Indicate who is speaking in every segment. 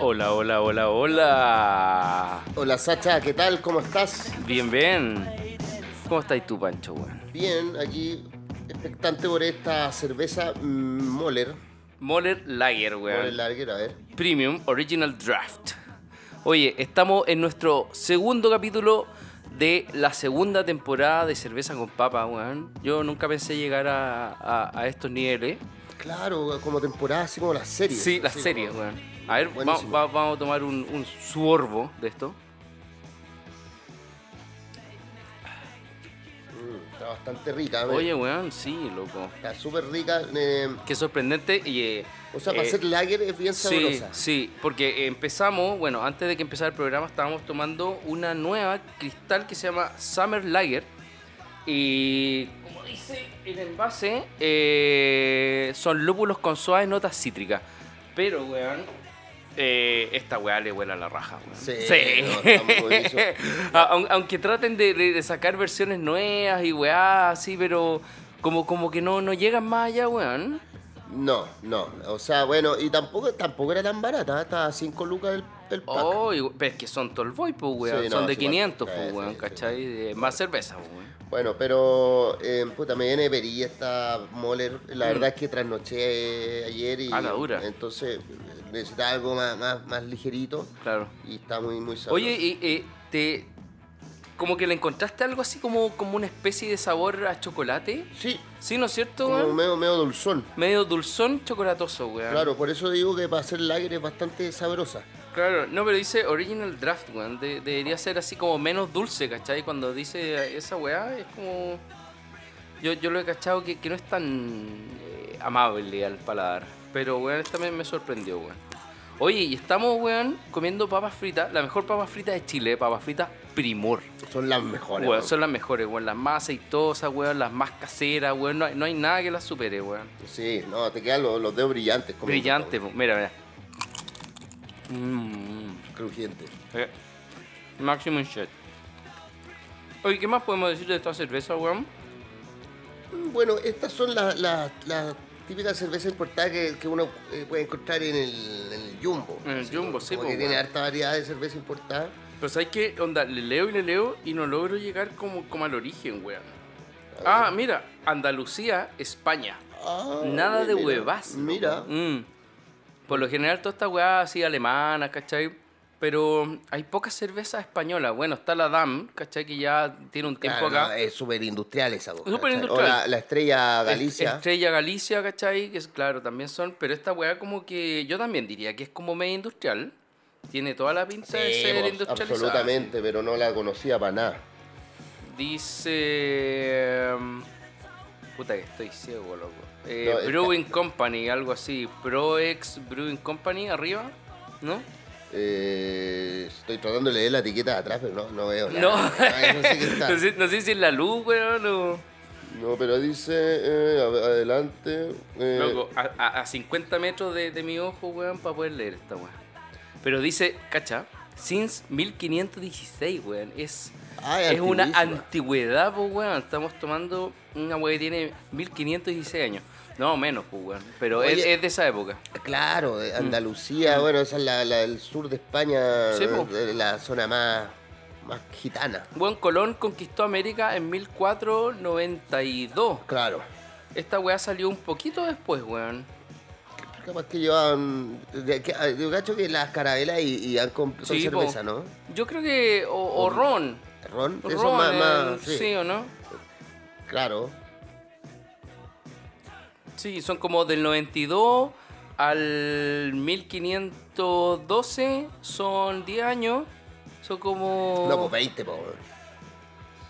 Speaker 1: Hola, hola, hola, hola.
Speaker 2: Hola Sacha, ¿qué tal? ¿Cómo estás?
Speaker 1: Bien, bien. ¿Cómo estás tú, Pancho? weón?
Speaker 2: Bien, aquí expectante por esta cerveza mm, Moller.
Speaker 1: Moller Lager,
Speaker 2: Moller
Speaker 1: weón.
Speaker 2: Lager, a ver.
Speaker 1: Premium Original Draft. Oye, estamos en nuestro segundo capítulo de la segunda temporada de Cerveza con Papa, weón. Yo nunca pensé llegar a, a- a estos niveles.
Speaker 2: Claro, como temporada, así como las series.
Speaker 1: Sí, las
Speaker 2: Así
Speaker 1: series,
Speaker 2: como-
Speaker 1: weón. A ver, va-
Speaker 2: Buenísimo.
Speaker 1: va- vamos a tomar un, un suorbo de esto.
Speaker 2: Mm, Está bastante rica, a ver.
Speaker 1: Oye, weón, sí, loco.
Speaker 2: Está súper rica. eh,
Speaker 1: Qué sorprendente y... eh,
Speaker 2: o sea, para
Speaker 1: eh,
Speaker 2: hacer lager es bien
Speaker 1: Sí,
Speaker 2: sabrosa.
Speaker 1: sí, porque empezamos, bueno, antes de que empezara el programa estábamos tomando una nueva cristal que se llama Summer Lager y como dice el envase, eh, son lúpulos con suaves notas cítricas, pero weón, eh, esta weá le huele a la raja. weón.
Speaker 2: Sí, no, está buenísimo.
Speaker 1: A- aun- Aunque traten de, de- de sacar versiones nuevas y weá así, pero como, como que no, no llegan más allá, weón.
Speaker 2: No, no. O sea, bueno, y tampoco, tampoco era tan barata, estaba a 5 lucas el, el pack.
Speaker 1: Oh, y- pero es que son Tolboy, pues, weón.
Speaker 2: Sí, no,
Speaker 1: son de
Speaker 2: sí,
Speaker 1: 500,
Speaker 2: vale.
Speaker 1: pues,
Speaker 2: Sí,
Speaker 1: weón,
Speaker 2: sí,
Speaker 1: ¿cachai? Eh, Más cerveza, pues, weón.
Speaker 2: Bueno, pero eh, puta, me viene de Perí esta Moller. La verdad es que trasnoché ayer y.
Speaker 1: Ah, Mm. la dura.
Speaker 2: Entonces eh, necesitaba algo más, más, más ligerito
Speaker 1: Claro.
Speaker 2: y está muy, muy sabroso.
Speaker 1: Oye, y, eh, te. Como que le encontraste algo así como, como una especie de sabor a chocolate.
Speaker 2: Sí,
Speaker 1: Sí, ¿no es cierto,
Speaker 2: como
Speaker 1: weón?
Speaker 2: medio, medio dulzón.
Speaker 1: Medio dulzón, chocolatoso, weón.
Speaker 2: Claro, por eso digo que para hacer lager es bastante sabrosa.
Speaker 1: Claro, no, pero dice Original Draft, weón. De- debería ser así como menos dulce, ¿cachai? Cuando dice esa weá, es como. Yo, yo lo he cachado que, que no es tan eh, amable al paladar. Pero, weón, esta me, me sorprendió, weón. Oye, y estamos, weón, comiendo papas fritas, la mejor papas fritas de Chile, papas fritas primor.
Speaker 2: Son las mejores.
Speaker 1: Weón,
Speaker 2: weón.
Speaker 1: son las mejores, weón, las más aceitosas, weón, las más caseras, weón, no hay, no hay nada que las supere, weón.
Speaker 2: Sí, no, te quedan los, los dedos brillantes. como-
Speaker 1: Brillante, po. mira, mira. Mmm.
Speaker 2: Crujientes.
Speaker 1: Eh, Maximum shit. Oye, ¿qué más podemos decir de esta cerveza, weón?
Speaker 2: Mm, Bueno, estas son las las- las típicas cervezas importadas que, que uno eh, puede encontrar en el, en el Jumbo.
Speaker 1: En el
Speaker 2: Así
Speaker 1: Jumbo,
Speaker 2: como-
Speaker 1: sí,
Speaker 2: como
Speaker 1: po,
Speaker 2: que tiene
Speaker 1: weón.
Speaker 2: harta variedad de cerveza importada.
Speaker 1: Pero ¿sabes qué? Pues Onda, le leo y le leo y no logro llegar como, como al origen, weón. Ah, mira, Andalucía, España.
Speaker 2: Ah,
Speaker 1: Nada de
Speaker 2: mira,
Speaker 1: huevas.
Speaker 2: Mira,
Speaker 1: Mm. Por lo general, toda esta weá así alemana, ¿cachai? Pero hay pocas cervezas españolas. Bueno, está la DAM, ¿cachai? Que ya tiene un tiempo
Speaker 2: Claro,
Speaker 1: acá.
Speaker 2: no, es súper industrial esa boca.
Speaker 1: Superindustrial.
Speaker 2: O la, la estrella Galicia.
Speaker 1: Est- Estrella Galicia, ¿cachai? Que es, claro, también son. Pero esta weá, como que yo también diría que es como medio industrial. Tiene toda la pinta de
Speaker 2: Sí,
Speaker 1: ser
Speaker 2: pues,
Speaker 1: industrializada.
Speaker 2: absolutamente, pero no la conocía para nada.
Speaker 1: Dice. em, Puta que estoy ciego, loco. Eh,
Speaker 2: No, está-
Speaker 1: Brewing Company, algo así. Proex Brewing Company, arriba, ¿no?
Speaker 2: Eh, estoy tratando de leer la etiqueta de atrás, pero no, no veo nada. Ah,
Speaker 1: No,
Speaker 2: Ay, no sé qué está.
Speaker 1: no, sé, no sé si es la luz, weón, o...
Speaker 2: No, pero dice, eh, a- adelante. eh,
Speaker 1: Loco, a, a- a 50 metros de, de mi ojo, weón, para poder leer esta weón. Pero dice, cacha, since 1516, weón, es...
Speaker 2: ah,
Speaker 1: Es una
Speaker 2: antiguísima.
Speaker 1: antigüedad, pues, weón. Estamos tomando una weón que tiene 1516 años. No, menos, pues, weón. Pero es,
Speaker 2: Oye.
Speaker 1: es de esa época.
Speaker 2: Claro,
Speaker 1: Mm.
Speaker 2: de Andalucía, bueno, esa es la, la del sur de España,
Speaker 1: Sí, po.
Speaker 2: de la zona más, más gitana.
Speaker 1: Buen Colón conquistó América en 1492.
Speaker 2: Claro.
Speaker 1: Esta weá salió un poquito después, weón.
Speaker 2: Capaz que llevaban. de- que- ah, Yo cacho que las carabelas y, y han comp- son
Speaker 1: Sí,
Speaker 2: cerveza,
Speaker 1: po.
Speaker 2: ¿no?
Speaker 1: Yo creo que. O, o Ron.
Speaker 2: Ron, eso es
Speaker 1: Ron,
Speaker 2: más.
Speaker 1: eh,
Speaker 2: más-
Speaker 1: sí.
Speaker 2: sí,
Speaker 1: o no?
Speaker 2: Claro.
Speaker 1: Sí, son como del 92 al 1512. Son 10 años. Son como.
Speaker 2: No, pues 20, po.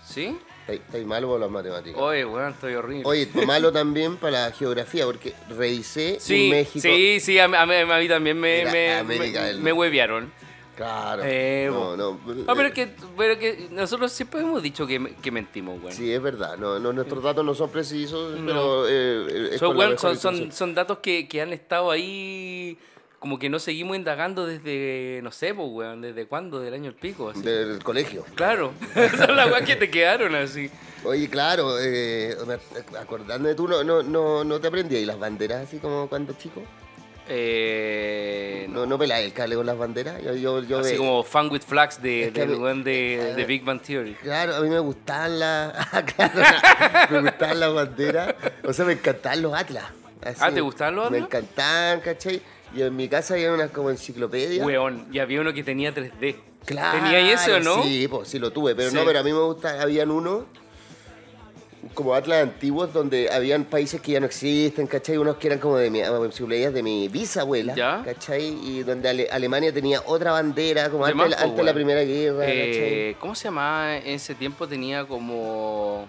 Speaker 1: ¿Sí?
Speaker 2: Estáis estáis malo para las matemáticas.
Speaker 1: Oye, weón, estoy horrible.
Speaker 2: Oye, pues malo también para la geografía, porque revisé
Speaker 1: sí,
Speaker 2: y México.
Speaker 1: sí, sí, a, a- a mí también me,
Speaker 2: Era
Speaker 1: me,
Speaker 2: América
Speaker 1: me-
Speaker 2: del-
Speaker 1: me huevearon.
Speaker 2: Claro.
Speaker 1: Eh,
Speaker 2: no, no.
Speaker 1: Ah, pero es que, pero es que nosotros siempre hemos dicho que, que mentimos, weón.
Speaker 2: Sí, es verdad. No, no, nuestros datos no son precisos,
Speaker 1: No.
Speaker 2: pero. eh, es
Speaker 1: Son,
Speaker 2: con la
Speaker 1: weón,
Speaker 2: mejor
Speaker 1: son, son-
Speaker 2: intención.
Speaker 1: son datos que, que han estado ahí, como que no seguimos indagando desde, no sé, pues, weón, desde cuándo, del año el pico, así.
Speaker 2: Del colegio.
Speaker 1: Claro, son las weas que te quedaron así.
Speaker 2: Oye, claro, eh, me- acordándome tú, no, no, no, no te aprendí ahí las banderas así como cuando chico.
Speaker 1: Eh,
Speaker 2: No, no pelás el cable con las banderas. Yo, yo, yo
Speaker 1: así
Speaker 2: ve-
Speaker 1: como fan with flags de,
Speaker 2: Es que a
Speaker 1: del
Speaker 2: mí-
Speaker 1: weón de,
Speaker 2: eh,
Speaker 1: de Big Bang Theory.
Speaker 2: Claro, a mí me gustaban las. Ah, claro, me gustaban las banderas. O sea, me encantaban los atlas. así.
Speaker 1: Ah, ¿te gustaban los
Speaker 2: Me
Speaker 1: atlas?
Speaker 2: encantaban, ¿cachai? Y en mi casa había unas como enciclopedias.
Speaker 1: Weón, y había uno que tenía 3D.
Speaker 2: Claro.
Speaker 1: ¿Tenía ahí eso o no?
Speaker 2: Sí, pues sí lo tuve, pero
Speaker 1: Sí.
Speaker 2: no, pero a mí me gusta, habían uno como atlas antiguos donde habían países que ya no existen, ¿cachai? Unos que eran como de mi, ah, enciclopedias de mi bisabuela,
Speaker 1: Ya.
Speaker 2: ¿cachai? Y donde Ale- Alemania tenía otra bandera, como
Speaker 1: De
Speaker 2: antes, de
Speaker 1: más,
Speaker 2: la-
Speaker 1: pues,
Speaker 2: antes de la
Speaker 1: weón.
Speaker 2: Primera Guerra,
Speaker 1: Eh, ¿Cómo se llamaba? En ese tiempo tenía como...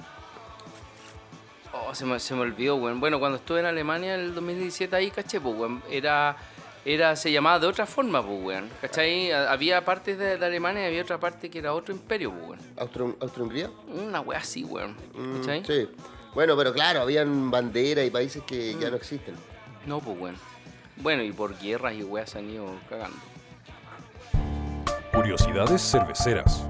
Speaker 1: Oh, se me, se me olvidó, weón. Bueno, cuando estuve en Alemania en el 2017, ahí caché, pues, weón. Era, era, se llamaba de otra forma, pues, weón. ¿Cachai? Ha- Había partes de, de Alemania y había otra parte que era otro imperio, pues, weón.
Speaker 2: ¿cachai? Austro- ¿Austro-Hungría?
Speaker 1: Una wea así, weón.
Speaker 2: Mm,
Speaker 1: ¿Cachai?
Speaker 2: sí. Bueno, pero claro, habían banderas y países que ya no existen.
Speaker 1: No, pues, weón. Bueno, y por guerras y weas se han ido cagando.
Speaker 3: Curiosidades cerveceras.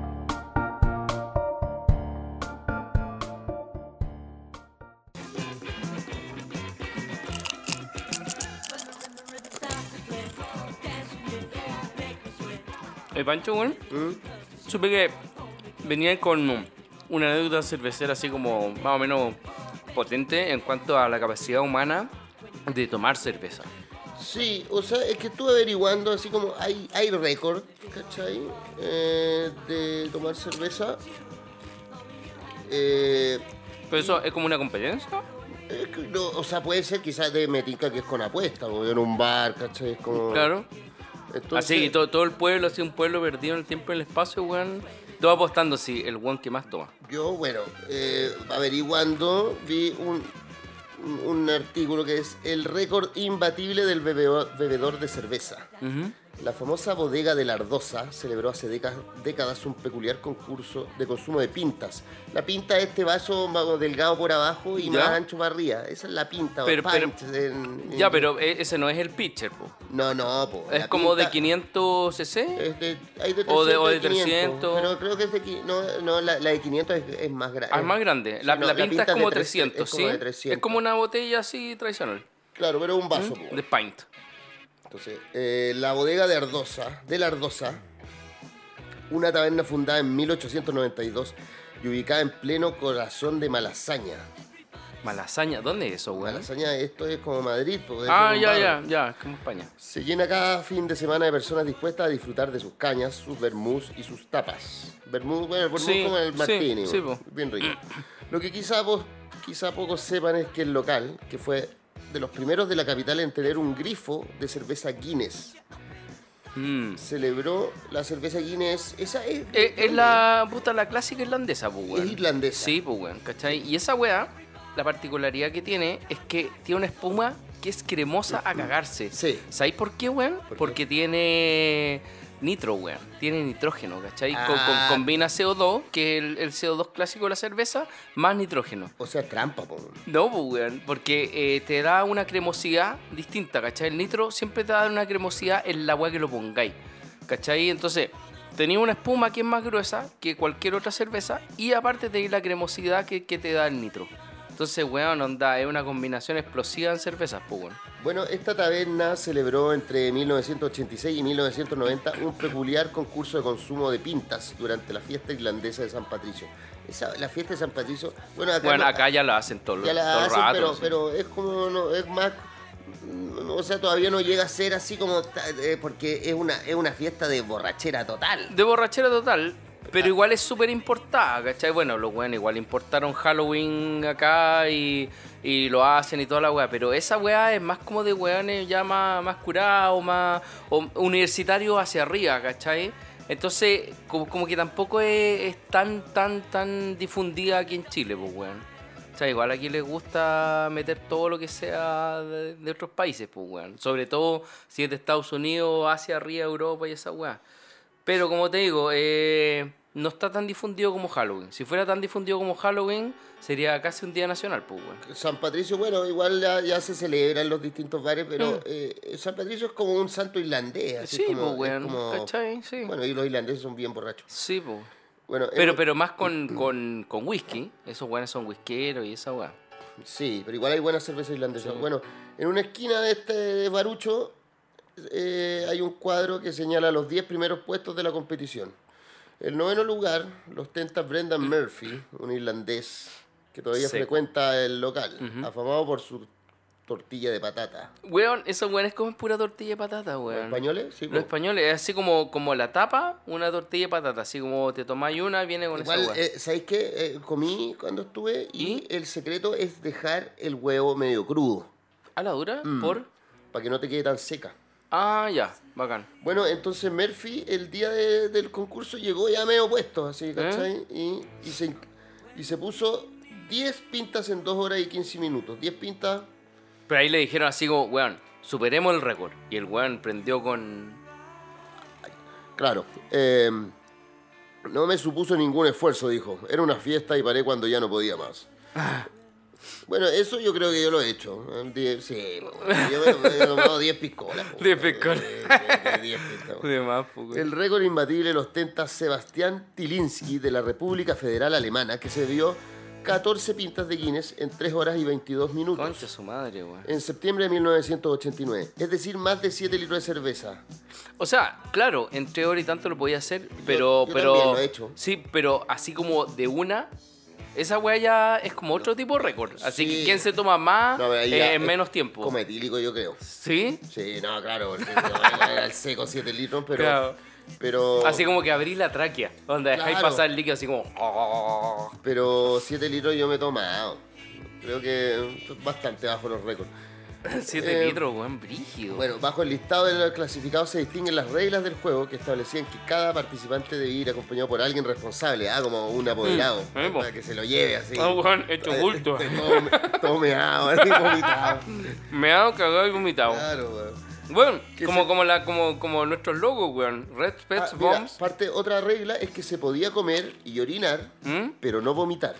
Speaker 1: El Pancho, weón,
Speaker 2: ¿Mm?
Speaker 1: supe que venían con una deuda cervecera así como más o menos potente en cuanto a la capacidad humana de tomar cerveza.
Speaker 2: Sí, o sea, es que estuve averiguando, así como hay, hay récord, ¿cachai? Eh, de tomar cerveza. Eh,
Speaker 1: Pero eso es como una competencia.
Speaker 2: es que no, o sea, puede ser quizás de metica que es con apuesta, o en un bar, ¿cachai? Es como-
Speaker 1: Claro.
Speaker 2: Oh. Entonces,
Speaker 1: Así que todo, todo el pueblo, así un pueblo perdido en el tiempo y en el espacio, weón. Todo apostando, sí, el weón que más toma.
Speaker 2: Yo, bueno, eh, averiguando, vi un, un- un artículo que es el récord imbatible del bebeo- bebedor de cerveza.
Speaker 1: Ujú.
Speaker 2: La famosa bodega de la Ardosa celebró hace deca- décadas un peculiar concurso de consumo de pintas. La pinta es este vaso más delgado por abajo y
Speaker 1: Ya.
Speaker 2: más ancho para arriba. Esa es la pinta. o
Speaker 1: Pero- pero-
Speaker 2: punch en- en-
Speaker 1: Ya, pero e- ese no es el pitcher, po.
Speaker 2: No, no, po,
Speaker 1: Es
Speaker 2: la
Speaker 1: como de
Speaker 2: pinta
Speaker 1: 500 cc.
Speaker 2: es de- hay de 300
Speaker 1: o de- o de
Speaker 2: y 500,
Speaker 1: 300.
Speaker 2: Pero creo que es de... qui- No, no la, la de 500 es, es más grande.
Speaker 1: Ah, es más grande. La, la pinta, es como 300, ¿sí?
Speaker 2: Es como de 300.
Speaker 1: Es como una botella así tradicional.
Speaker 2: Claro, pero es un vaso. po.
Speaker 1: De pint.
Speaker 2: Entonces, eh, la bodega de Ardosa, de la Ardosa, una taberna fundada en 1892 y ubicada en pleno corazón de Malasaña.
Speaker 1: Malasaña, ¿dónde es eso, weón?
Speaker 2: Malasaña, esto es como Madrid. pues, es
Speaker 1: Ah,
Speaker 2: como un
Speaker 1: ya,
Speaker 2: barrio.
Speaker 1: ya, ya, es como España.
Speaker 2: Se llena cada fin de semana de personas dispuestas a disfrutar de sus cañas, sus vermús y sus tapas. Vermú, bueno, el vermú
Speaker 1: Sí,
Speaker 2: como el
Speaker 1: sí,
Speaker 2: martini,
Speaker 1: sí,
Speaker 2: bueno,
Speaker 1: po.
Speaker 2: bien rico. Lo que quizá, po- quizá pocos sepan es que el local, que fue de los primeros de la capital en tener un grifo de cerveza Guinness,
Speaker 1: Mm.
Speaker 2: celebró la cerveza Guinness. Esa es,
Speaker 1: Eh, Es, la puta, la clásica irlandesa, pues,
Speaker 2: es
Speaker 1: weón.
Speaker 2: irlandesa.
Speaker 1: Sí, pues, weón, ¿cachai? Y esa weá, la particularidad que tiene es que tiene una espuma que es cremosa a cagarse.
Speaker 2: Sí.
Speaker 1: ¿Sabéis por qué, weón?
Speaker 2: qué?
Speaker 1: Porque tiene nitro, weón. Tiene nitrógeno, ¿cachai? Con- con-
Speaker 2: Ah.
Speaker 1: combina CO2, que es el, el CO2 clásico de la cerveza, más nitrógeno.
Speaker 2: O sea, trampa, po.
Speaker 1: No, pues, weón, porque eh, te da una cremosidad distinta, ¿cachai? El nitro siempre te da una cremosidad en la agua que lo pongáis, ¿cachai? Entonces, tenéis una espuma que es más gruesa que cualquier otra cerveza y aparte tenéis la cremosidad que, que te da el nitro. Entonces, weón, onda, es una combinación explosiva en cervezas, pues, weón.
Speaker 2: Bueno, esta taberna celebró entre 1986 y 1990 un peculiar concurso de consumo de pintas durante la fiesta irlandesa de San Patricio. Esa, la fiesta de San Patricio, bueno, acá,
Speaker 1: Bueno,
Speaker 2: no-
Speaker 1: acá ya la hacen todo,
Speaker 2: ya la
Speaker 1: todo el
Speaker 2: hacen,
Speaker 1: rato.
Speaker 2: pero,
Speaker 1: así.
Speaker 2: pero es como, no, es más, mm, o sea, todavía no llega a ser así como, ta- eh, porque es una, es una fiesta de borrachera total.
Speaker 1: De borrachera total, pero igual es súper importada, ¿cachai? Bueno, los weones igual importaron Halloween acá y, y lo hacen y toda la weá, pero esa weá es más como de weones ya más, más curados, más o- universitarios hacia arriba, ¿cachai? Entonces, como, como que tampoco es, es tan, tan, tan difundida aquí en Chile, pues, weón. O sea, igual aquí les gusta meter todo lo que sea de, de otros países, pues, weón. Sobre todo si es de Estados Unidos, Asia, arriba, Europa y esa weá. Pero como te digo, eh, no está tan difundido como Halloween. Si fuera tan difundido como Halloween, sería casi un día nacional, pues, weón.
Speaker 2: San Patricio, bueno, igual ya, ya se celebra en los distintos bares, pero eh, San Patricio es como un santo irlandés. Así
Speaker 1: Mm. Sí,
Speaker 2: como,
Speaker 1: pues,
Speaker 2: es
Speaker 1: weón.
Speaker 2: como-
Speaker 1: ¿Cachai? Sí.
Speaker 2: Bueno, y los irlandeses son bien borrachos.
Speaker 1: Sí, pues.
Speaker 2: Bueno,
Speaker 1: Pero,
Speaker 2: eh,
Speaker 1: pero más con, con, con whisky. Esos weones son whiskeros y esa weá.
Speaker 2: Sí, pero igual hay buenas cervezas irlandesas.
Speaker 1: Sí.
Speaker 2: Bueno, en una esquina de este barucho eh, hay un cuadro que señala los 10 primeros puestos de la competición. El noveno lugar lo ostenta Brendan Murphy, un irlandés que todavía
Speaker 1: Seco.
Speaker 2: frecuenta el local, afamado por su tortilla de patata.
Speaker 1: Weón, esos weones comen pura tortilla de patata,
Speaker 2: ¿Los
Speaker 1: weón.
Speaker 2: españoles? pues. Sí,
Speaker 1: Los
Speaker 2: po.
Speaker 1: españoles, es así como, como la tapa, una tortilla de patata. Así como te tomáis una, viene con esa
Speaker 2: Igual,
Speaker 1: weá.
Speaker 2: eh, ¿sabéis qué? Eh, comí cuando estuve y,
Speaker 1: ¿Y?
Speaker 2: el secreto es dejar el huevo medio crudo,
Speaker 1: ¿A la dura?
Speaker 2: mm.
Speaker 1: ¿Por?
Speaker 2: para que no te quede tan seca.
Speaker 1: Ah, ya, bacán.
Speaker 2: Bueno, entonces Murphy el día de- del concurso llegó ya medio puesto,
Speaker 1: ¿Eh?
Speaker 2: así, ¿cachai? Y, y se, y se puso 10 pintas en 2 horas y 15 minutos. 10 pintas,
Speaker 1: Pero ahí le dijeron así como, weón, superemos el récord. Y el weón prendió con...
Speaker 2: claro. eh, no me supuso ningún esfuerzo, dijo. Era una fiesta y paré cuando ya no podía más.
Speaker 1: Ah.
Speaker 2: Bueno, eso yo creo que yo lo he hecho. Eh, die- Sí, bueno, yo me he tomado 10 piscolas. po,
Speaker 1: Diez piscolas.
Speaker 2: eh, eh, eh, diez piscolas.
Speaker 1: De más, po, weón.
Speaker 2: El récord imbatible lo ostenta Sebastián Tilinsky de la República Federal Alemana, que se dio 14 pintas de Guinness en 3 horas y 22 minutos
Speaker 1: Concha su madre, weón.
Speaker 2: en septiembre de 1989. Es decir, más de 7 litros de cerveza.
Speaker 1: O sea, claro, entre hora y tanto lo podía hacer, pero...
Speaker 2: yo
Speaker 1: pero
Speaker 2: también lo he hecho.
Speaker 1: Sí, pero así como de una... Esa weá ya es como otro tipo de récord. Así
Speaker 2: Sí.
Speaker 1: que quién se toma más
Speaker 2: No, pero ahí
Speaker 1: eh,
Speaker 2: ya
Speaker 1: en
Speaker 2: es
Speaker 1: menos tiempo.
Speaker 2: Como etílico, yo creo.
Speaker 1: ¿Sí?
Speaker 2: Sí, no, claro, porque no, era el seco 7 litros, pero.
Speaker 1: Claro.
Speaker 2: Pero,
Speaker 1: Así como que abrís la tráquea, donde dejáis
Speaker 2: Claro.
Speaker 1: pasar el líquido así como... oh.
Speaker 2: pero 7 litros yo me he tomado. Creo que bastante bajo los récords.
Speaker 1: Siete
Speaker 2: Eh,
Speaker 1: litros, weón, brígido.
Speaker 2: Bueno, bajo el listado de los clasificados se distinguen las reglas del juego que establecían que cada participante debía ir acompañado por alguien responsable, ah, como un apoderado,
Speaker 1: Mm, eh, po.
Speaker 2: para que se lo lleve así.
Speaker 1: Ah, weón, hecho
Speaker 2: Eh,
Speaker 1: bulto.
Speaker 2: Todo me- Todo meado, así vomitado.
Speaker 1: Me ha dado cagado y vomitado.
Speaker 2: Claro, weón.
Speaker 1: Bueno,
Speaker 2: Ah, Que
Speaker 1: como,
Speaker 2: se-
Speaker 1: como, la, como, como nuestros logos, weón. Red
Speaker 2: Ah,
Speaker 1: Pets
Speaker 2: mira,
Speaker 1: Bombs.
Speaker 2: parte, otra regla es que se podía comer y orinar,
Speaker 1: ¿Mm?
Speaker 2: pero no vomitar.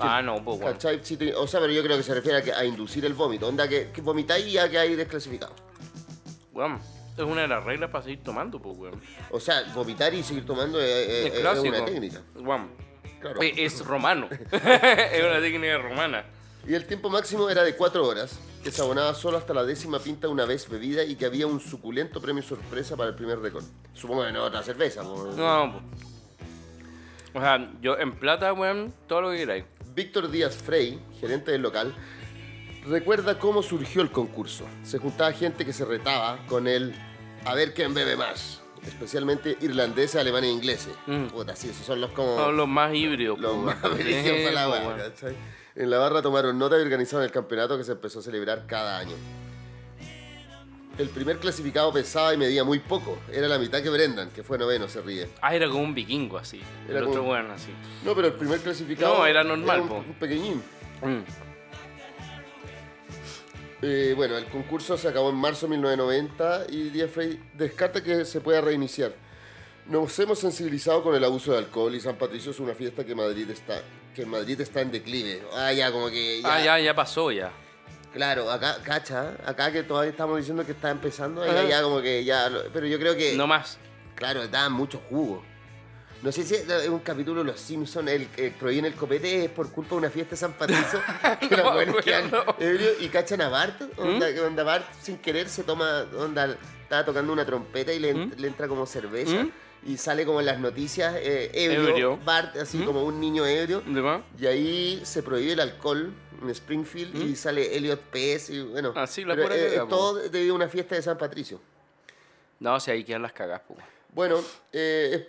Speaker 1: Ah, no, pues, weón.
Speaker 2: ¿Cachai? Si te- o sea, pero yo creo que se refiere a, que- a inducir el vómito. Onda, que, que vomitáis y ya que hay desclasificado.
Speaker 1: Weón, Es una de las reglas para seguir tomando, pues, weón.
Speaker 2: O sea, vomitar y seguir tomando es,
Speaker 1: Es
Speaker 2: es- Eh, es
Speaker 1: clásico.
Speaker 2: una técnica.
Speaker 1: Weón.
Speaker 2: Claro.
Speaker 1: Eh, Es romano. es una técnica romana.
Speaker 2: Y el tiempo máximo era de 4 horas, que se abonaba solo hasta la décima pinta una vez bebida y que había un suculento premio sorpresa para el primer récord. Supongo que no otra cerveza. po.
Speaker 1: No, pues. O sea, yo en plata, weón, todo lo que queráis.
Speaker 2: Víctor Díaz Frey, gerente del local, recuerda cómo surgió el concurso. Se juntaba gente que se retaba con el a ver quién bebe más, especialmente irlandeses, alemanes e ingleses.
Speaker 1: Mm.
Speaker 2: Puta, sí, esos son los como...
Speaker 1: Son los más híbridos,
Speaker 2: Los
Speaker 1: pues,
Speaker 2: más
Speaker 1: weón.
Speaker 2: brígidos
Speaker 1: Sí,
Speaker 2: para la
Speaker 1: pues,
Speaker 2: weá,
Speaker 1: weón.
Speaker 2: ¿cachai? En la barra tomaron nota y organizaron el campeonato que se empezó a celebrar cada año. El primer clasificado pesaba y medía muy poco. Era la mitad que Brendan, que fue noveno, se ríe.
Speaker 1: Ah, era como un vikingo así.
Speaker 2: Era
Speaker 1: el otro
Speaker 2: como-
Speaker 1: weón así.
Speaker 2: No, pero el primer clasificado.
Speaker 1: No, era normal,
Speaker 2: un,
Speaker 1: po.
Speaker 2: un pequeñín.
Speaker 1: Mm.
Speaker 2: Eh, bueno, el concurso se acabó en marzo de 1990 y Jeffrey descarta que se pueda reiniciar. Nos hemos sensibilizado con el abuso de alcohol y San Patricio es una fiesta que Madrid está, que en Madrid está en declive. Ah, ya, como que
Speaker 1: Ah, ya, ya pasó ya.
Speaker 2: Claro, acá, cacha, acá que todavía estamos diciendo que está empezando,
Speaker 1: Ajá.
Speaker 2: ya, ya como que ya, lo- pero yo creo que,
Speaker 1: No más.
Speaker 2: claro, da mucho jugo. No sé si es un capítulo de Los Simpsons, el que prohíben el copete es por culpa de una fiesta de San Patricio, que los
Speaker 1: No,
Speaker 2: buenos
Speaker 1: güey,
Speaker 2: quedan
Speaker 1: no. ¿Mm?
Speaker 2: ebrios y cachan a Bart, onda, que onda Bart sin querer se toma, onda, estaba tocando una trompeta y le, en- le entra como cerveza.
Speaker 1: ¿Mm?
Speaker 2: Y sale como en las noticias, eh, ebrio,
Speaker 1: Ebrio. ¿Mm?
Speaker 2: Bart, así como un niño ebrio.
Speaker 1: ¿De más?
Speaker 2: Y ahí se prohíbe el alcohol en Springfield y sale Elliot Pez y bueno.
Speaker 1: ¿Mm? Ah, sí, la
Speaker 2: pero,
Speaker 1: pura
Speaker 2: eh,
Speaker 1: cagada, po.
Speaker 2: Todo debido a una fiesta de San Patricio.
Speaker 1: No, o sea, ahí quedan las cagas, pues. weón.
Speaker 2: Bueno, eh, es-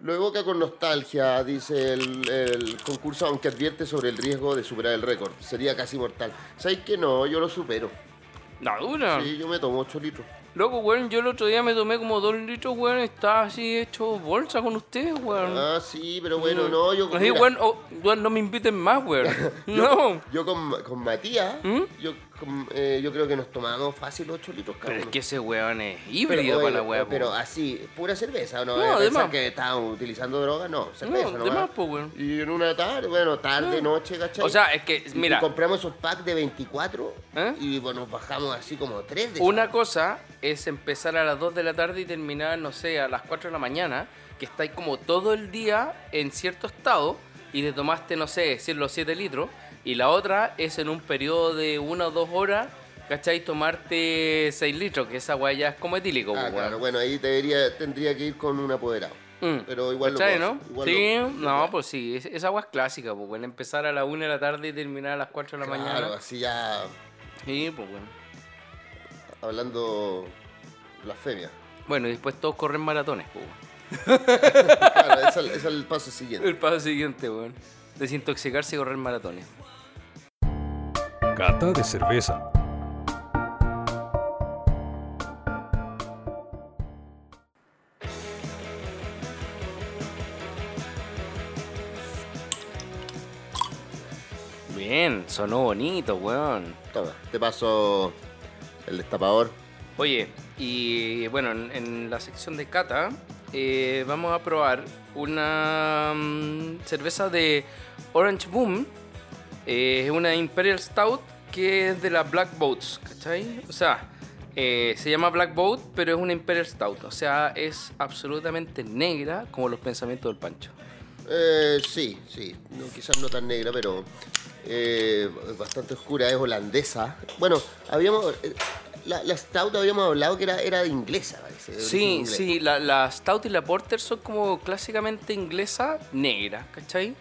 Speaker 2: lo evoca con nostalgia, dice el, el concurso, aunque advierte sobre el riesgo de superar el récord. Sería casi mortal. ¿Sabéis que no? Yo lo supero.
Speaker 1: La dura.
Speaker 2: Sí, yo me tomo 8 litros.
Speaker 1: Loco, weón, yo el otro día me tomé como dos litros, weón, estaba así hecho bolsa con ustedes, weón.
Speaker 2: Ah, sí, pero
Speaker 1: Mm.
Speaker 2: bueno, no, yo...
Speaker 1: Así,
Speaker 2: mira,
Speaker 1: weón, oh, weón, no me inviten más, weón. no. ¿Mm?
Speaker 2: Yo con, con Matías, yo, con- eh, yo creo que nos tomamos fácil 8 litros cada
Speaker 1: Pero es
Speaker 2: uno.
Speaker 1: que ese weón es
Speaker 2: Pero,
Speaker 1: híbrido
Speaker 2: oye,
Speaker 1: para la weá, po.
Speaker 2: Pero ah, así, pura cerveza, ¿no?
Speaker 1: No,
Speaker 2: Eh,
Speaker 1: además.
Speaker 2: Pensar que estaban utilizando droga, no, cerveza
Speaker 1: No,
Speaker 2: nomás.
Speaker 1: de más, po, weón.
Speaker 2: Y en una tarde, bueno, tarde, noche, ¿cachai?
Speaker 1: O sea, es que,
Speaker 2: Y-
Speaker 1: mira,
Speaker 2: Y compramos esos packs de 24
Speaker 1: ¿Eh?
Speaker 2: y bueno, nos bajamos así como 3 de
Speaker 1: una cosa es empezar a las 2 de la tarde y terminar, no sé, a las 4 de la mañana, que estáis como todo el día en cierto estado y te tomaste, no sé, decir los 7 litros. Y la otra es en un periodo de una o dos horas, ¿cachai? Tomarte 6 litros, que esa weá ya es como etílico, po,
Speaker 2: Ah,
Speaker 1: weón.
Speaker 2: claro, bueno, ahí debería, tendría que ir con un apoderado.
Speaker 1: Mm.
Speaker 2: Pero igual lo
Speaker 1: ¿Cachai, ¿no?
Speaker 2: puedo hacer, igual
Speaker 1: sí,
Speaker 2: lo-
Speaker 1: no, pues sí, es- esa agua es clásica, pues bueno, empezar a la 1 de la tarde y terminar a las 4 de la
Speaker 2: Claro,
Speaker 1: mañana.
Speaker 2: así ya
Speaker 1: Sí, pues bueno.
Speaker 2: hablando blasfemia.
Speaker 1: Bueno, y después todos corren maratones, pues bueno.
Speaker 2: Claro, ese es el- ese es el paso siguiente.
Speaker 1: El paso siguiente, weón. Desintoxicarse y correr maratones.
Speaker 3: Cata de cerveza.
Speaker 1: Bien, sonó bonito, weón.
Speaker 2: Toma, te paso el destapador.
Speaker 1: Oye, y bueno, en, en la sección de cata eh, vamos a probar una mm, cerveza de Orange Boom. Eh, Es una Imperial Stout que es de la Black Boats, ¿cachai? O sea, eh, se llama Black Boat, pero es una Imperial Stout. O sea, es absolutamente negra como los pensamientos del Pancho.
Speaker 2: Eh, sí, sí. No, quizás no tan negra, pero eh, bastante oscura. Es holandesa. Bueno, habíamos. eh, La, la Stout habíamos hablado que era, era inglesa, parece. de origen
Speaker 1: Sí,
Speaker 2: inglés.
Speaker 1: sí, la, la Stout y la Porter son como clásicamente inglesa negra, ¿cachai?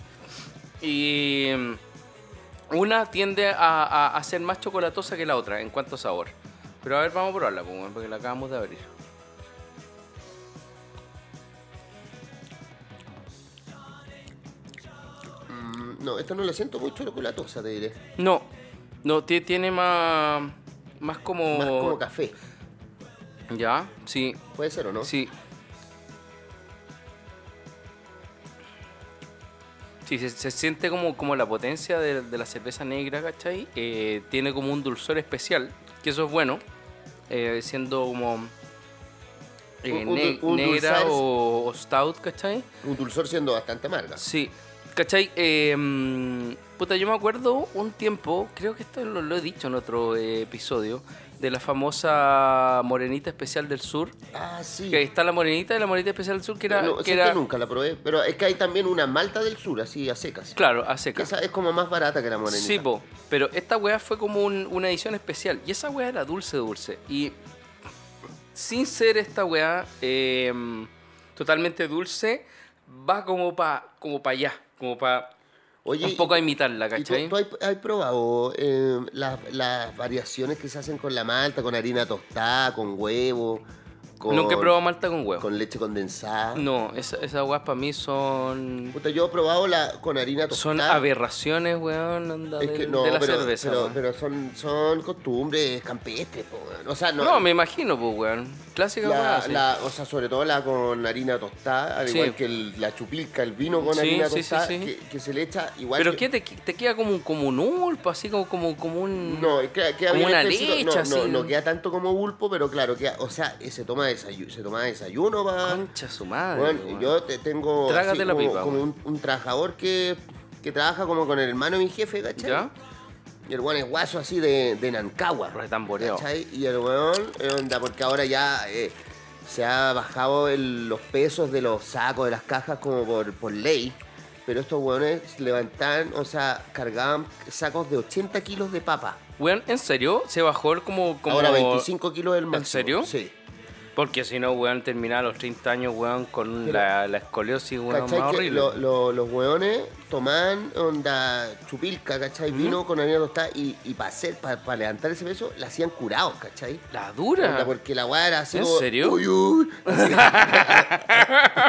Speaker 1: Y mm, una tiende a, a- a ser más chocolatosa que la otra en cuanto a sabor. Pero a ver, vamos a probarla, pues, weón, porque la acabamos de abrir.
Speaker 2: Mm, No, esta no la siento muy chocolatosa, te diré.
Speaker 1: No, no, ti- tiene más, más como...
Speaker 2: Más como café.
Speaker 1: Ya, sí,
Speaker 2: Puede ser o no.
Speaker 1: sí. Sí, se, se siente como, como la potencia de, de la cerveza negra, ¿cachai? Eh, tiene como un dulzor especial, que eso es bueno, eh, siendo como eh,
Speaker 2: Un- un
Speaker 1: ne-
Speaker 2: dul- un
Speaker 1: negra
Speaker 2: dulzar.
Speaker 1: o, o stout, ¿cachai?
Speaker 2: Un dulzor siendo bastante amarga.
Speaker 1: Sí, ¿cachai? Eh, mm, puta, yo me acuerdo un tiempo, creo que esto lo, lo he dicho en otro eh, episodio, de la famosa morenita especial del sur,
Speaker 2: Ah, sí.
Speaker 1: que está la morenita y la morenita especial del sur, que era.
Speaker 2: No, no,
Speaker 1: que
Speaker 2: sé
Speaker 1: era
Speaker 2: que nunca la probé, pero es que hay también una malta del sur, así a secas.
Speaker 1: claro, a seca.
Speaker 2: Esa es como más barata que la morenita.
Speaker 1: Sí, po, pero esta weá fue como un- una edición especial. Y esa weá era dulce, dulce. Y sin ser esta weá eh, totalmente dulce, va como pa, como pa allá, como pa
Speaker 2: Oye,
Speaker 1: un poco a
Speaker 2: y-
Speaker 1: imitarla,
Speaker 2: ¿y tú,
Speaker 1: ¿cachai?
Speaker 2: tú has, has probado eh, las, las variaciones que se hacen con la malta, con harina tostada, con huevo, con,
Speaker 1: Nunca he probado malta con huevo.
Speaker 2: con leche condensada?
Speaker 1: No, esa- esas weas para mí son.
Speaker 2: Puta, yo he probado la con harina tostada.
Speaker 1: Son aberraciones, weón, onda,
Speaker 2: Es
Speaker 1: de,
Speaker 2: que no,
Speaker 1: de la
Speaker 2: pero,
Speaker 1: cerveza.
Speaker 2: pero,
Speaker 1: weón.
Speaker 2: pero son, son costumbres campestres, po, weón. o sea, no,
Speaker 1: no, me imagino, pues, weón. Clásica weá,
Speaker 2: La,
Speaker 1: sí.
Speaker 2: la- o sea, sobre todo la con harina tostada, al
Speaker 1: Sí.
Speaker 2: igual que el- la chupilca, el vino con
Speaker 1: Sí,
Speaker 2: harina
Speaker 1: sí, sí,
Speaker 2: tostada,
Speaker 1: sí.
Speaker 2: Que, que se le echa igual.
Speaker 1: Pero ¿qué
Speaker 2: que-
Speaker 1: te, te queda como, un- como un ulpa, así como, como, como un.
Speaker 2: No, es que- queda
Speaker 1: como
Speaker 2: bien
Speaker 1: una
Speaker 2: espesito.
Speaker 1: leche,
Speaker 2: no,
Speaker 1: así,
Speaker 2: no, no
Speaker 1: ¿no?
Speaker 2: queda tanto como bulpo, pero claro, queda, o sea, eh, se toma desayuno, se toma desayuno para...
Speaker 1: Concha su madre.
Speaker 2: Bueno,
Speaker 1: weón.
Speaker 2: yo te tengo
Speaker 1: Trágate la
Speaker 2: como,
Speaker 1: pipa,
Speaker 2: como un, un trabajador que, que trabaja como con el hermano de mi jefe, ¿cachai?
Speaker 1: ¿Ya?
Speaker 2: Y el weón es guaso así de, de Nancagua.
Speaker 1: Retamboreo.
Speaker 2: ¿cachai? Y el weón, eh, onda, porque ahora ya eh, se ha bajado el- los pesos de los sacos, de las cajas, como por, por ley. Pero estos weones levantaban, o sea, cargaban sacos de 80 kilos de papa.
Speaker 1: Weón, ¿en serio? Se bajó el como. como...
Speaker 2: Ahora 25 kilos del máximo.
Speaker 1: serio?
Speaker 2: Sí.
Speaker 1: Porque si no, weón, terminaba a los 30 años, weón, con
Speaker 2: Pero-
Speaker 1: la, la escoliosis, weón,
Speaker 2: ¿Cachai?
Speaker 1: más
Speaker 2: Que
Speaker 1: horrible.
Speaker 2: lo- lo- los hueones tomaban onda chupilca, ¿cachai? Vino con harina tostada y, y para hacer, para levantar ese peso, la hacían curados, ¿cachai?
Speaker 1: La dura.
Speaker 2: Onda, porque la weá era así
Speaker 1: ¿En
Speaker 2: como,
Speaker 1: serio?
Speaker 2: "Uy, uy".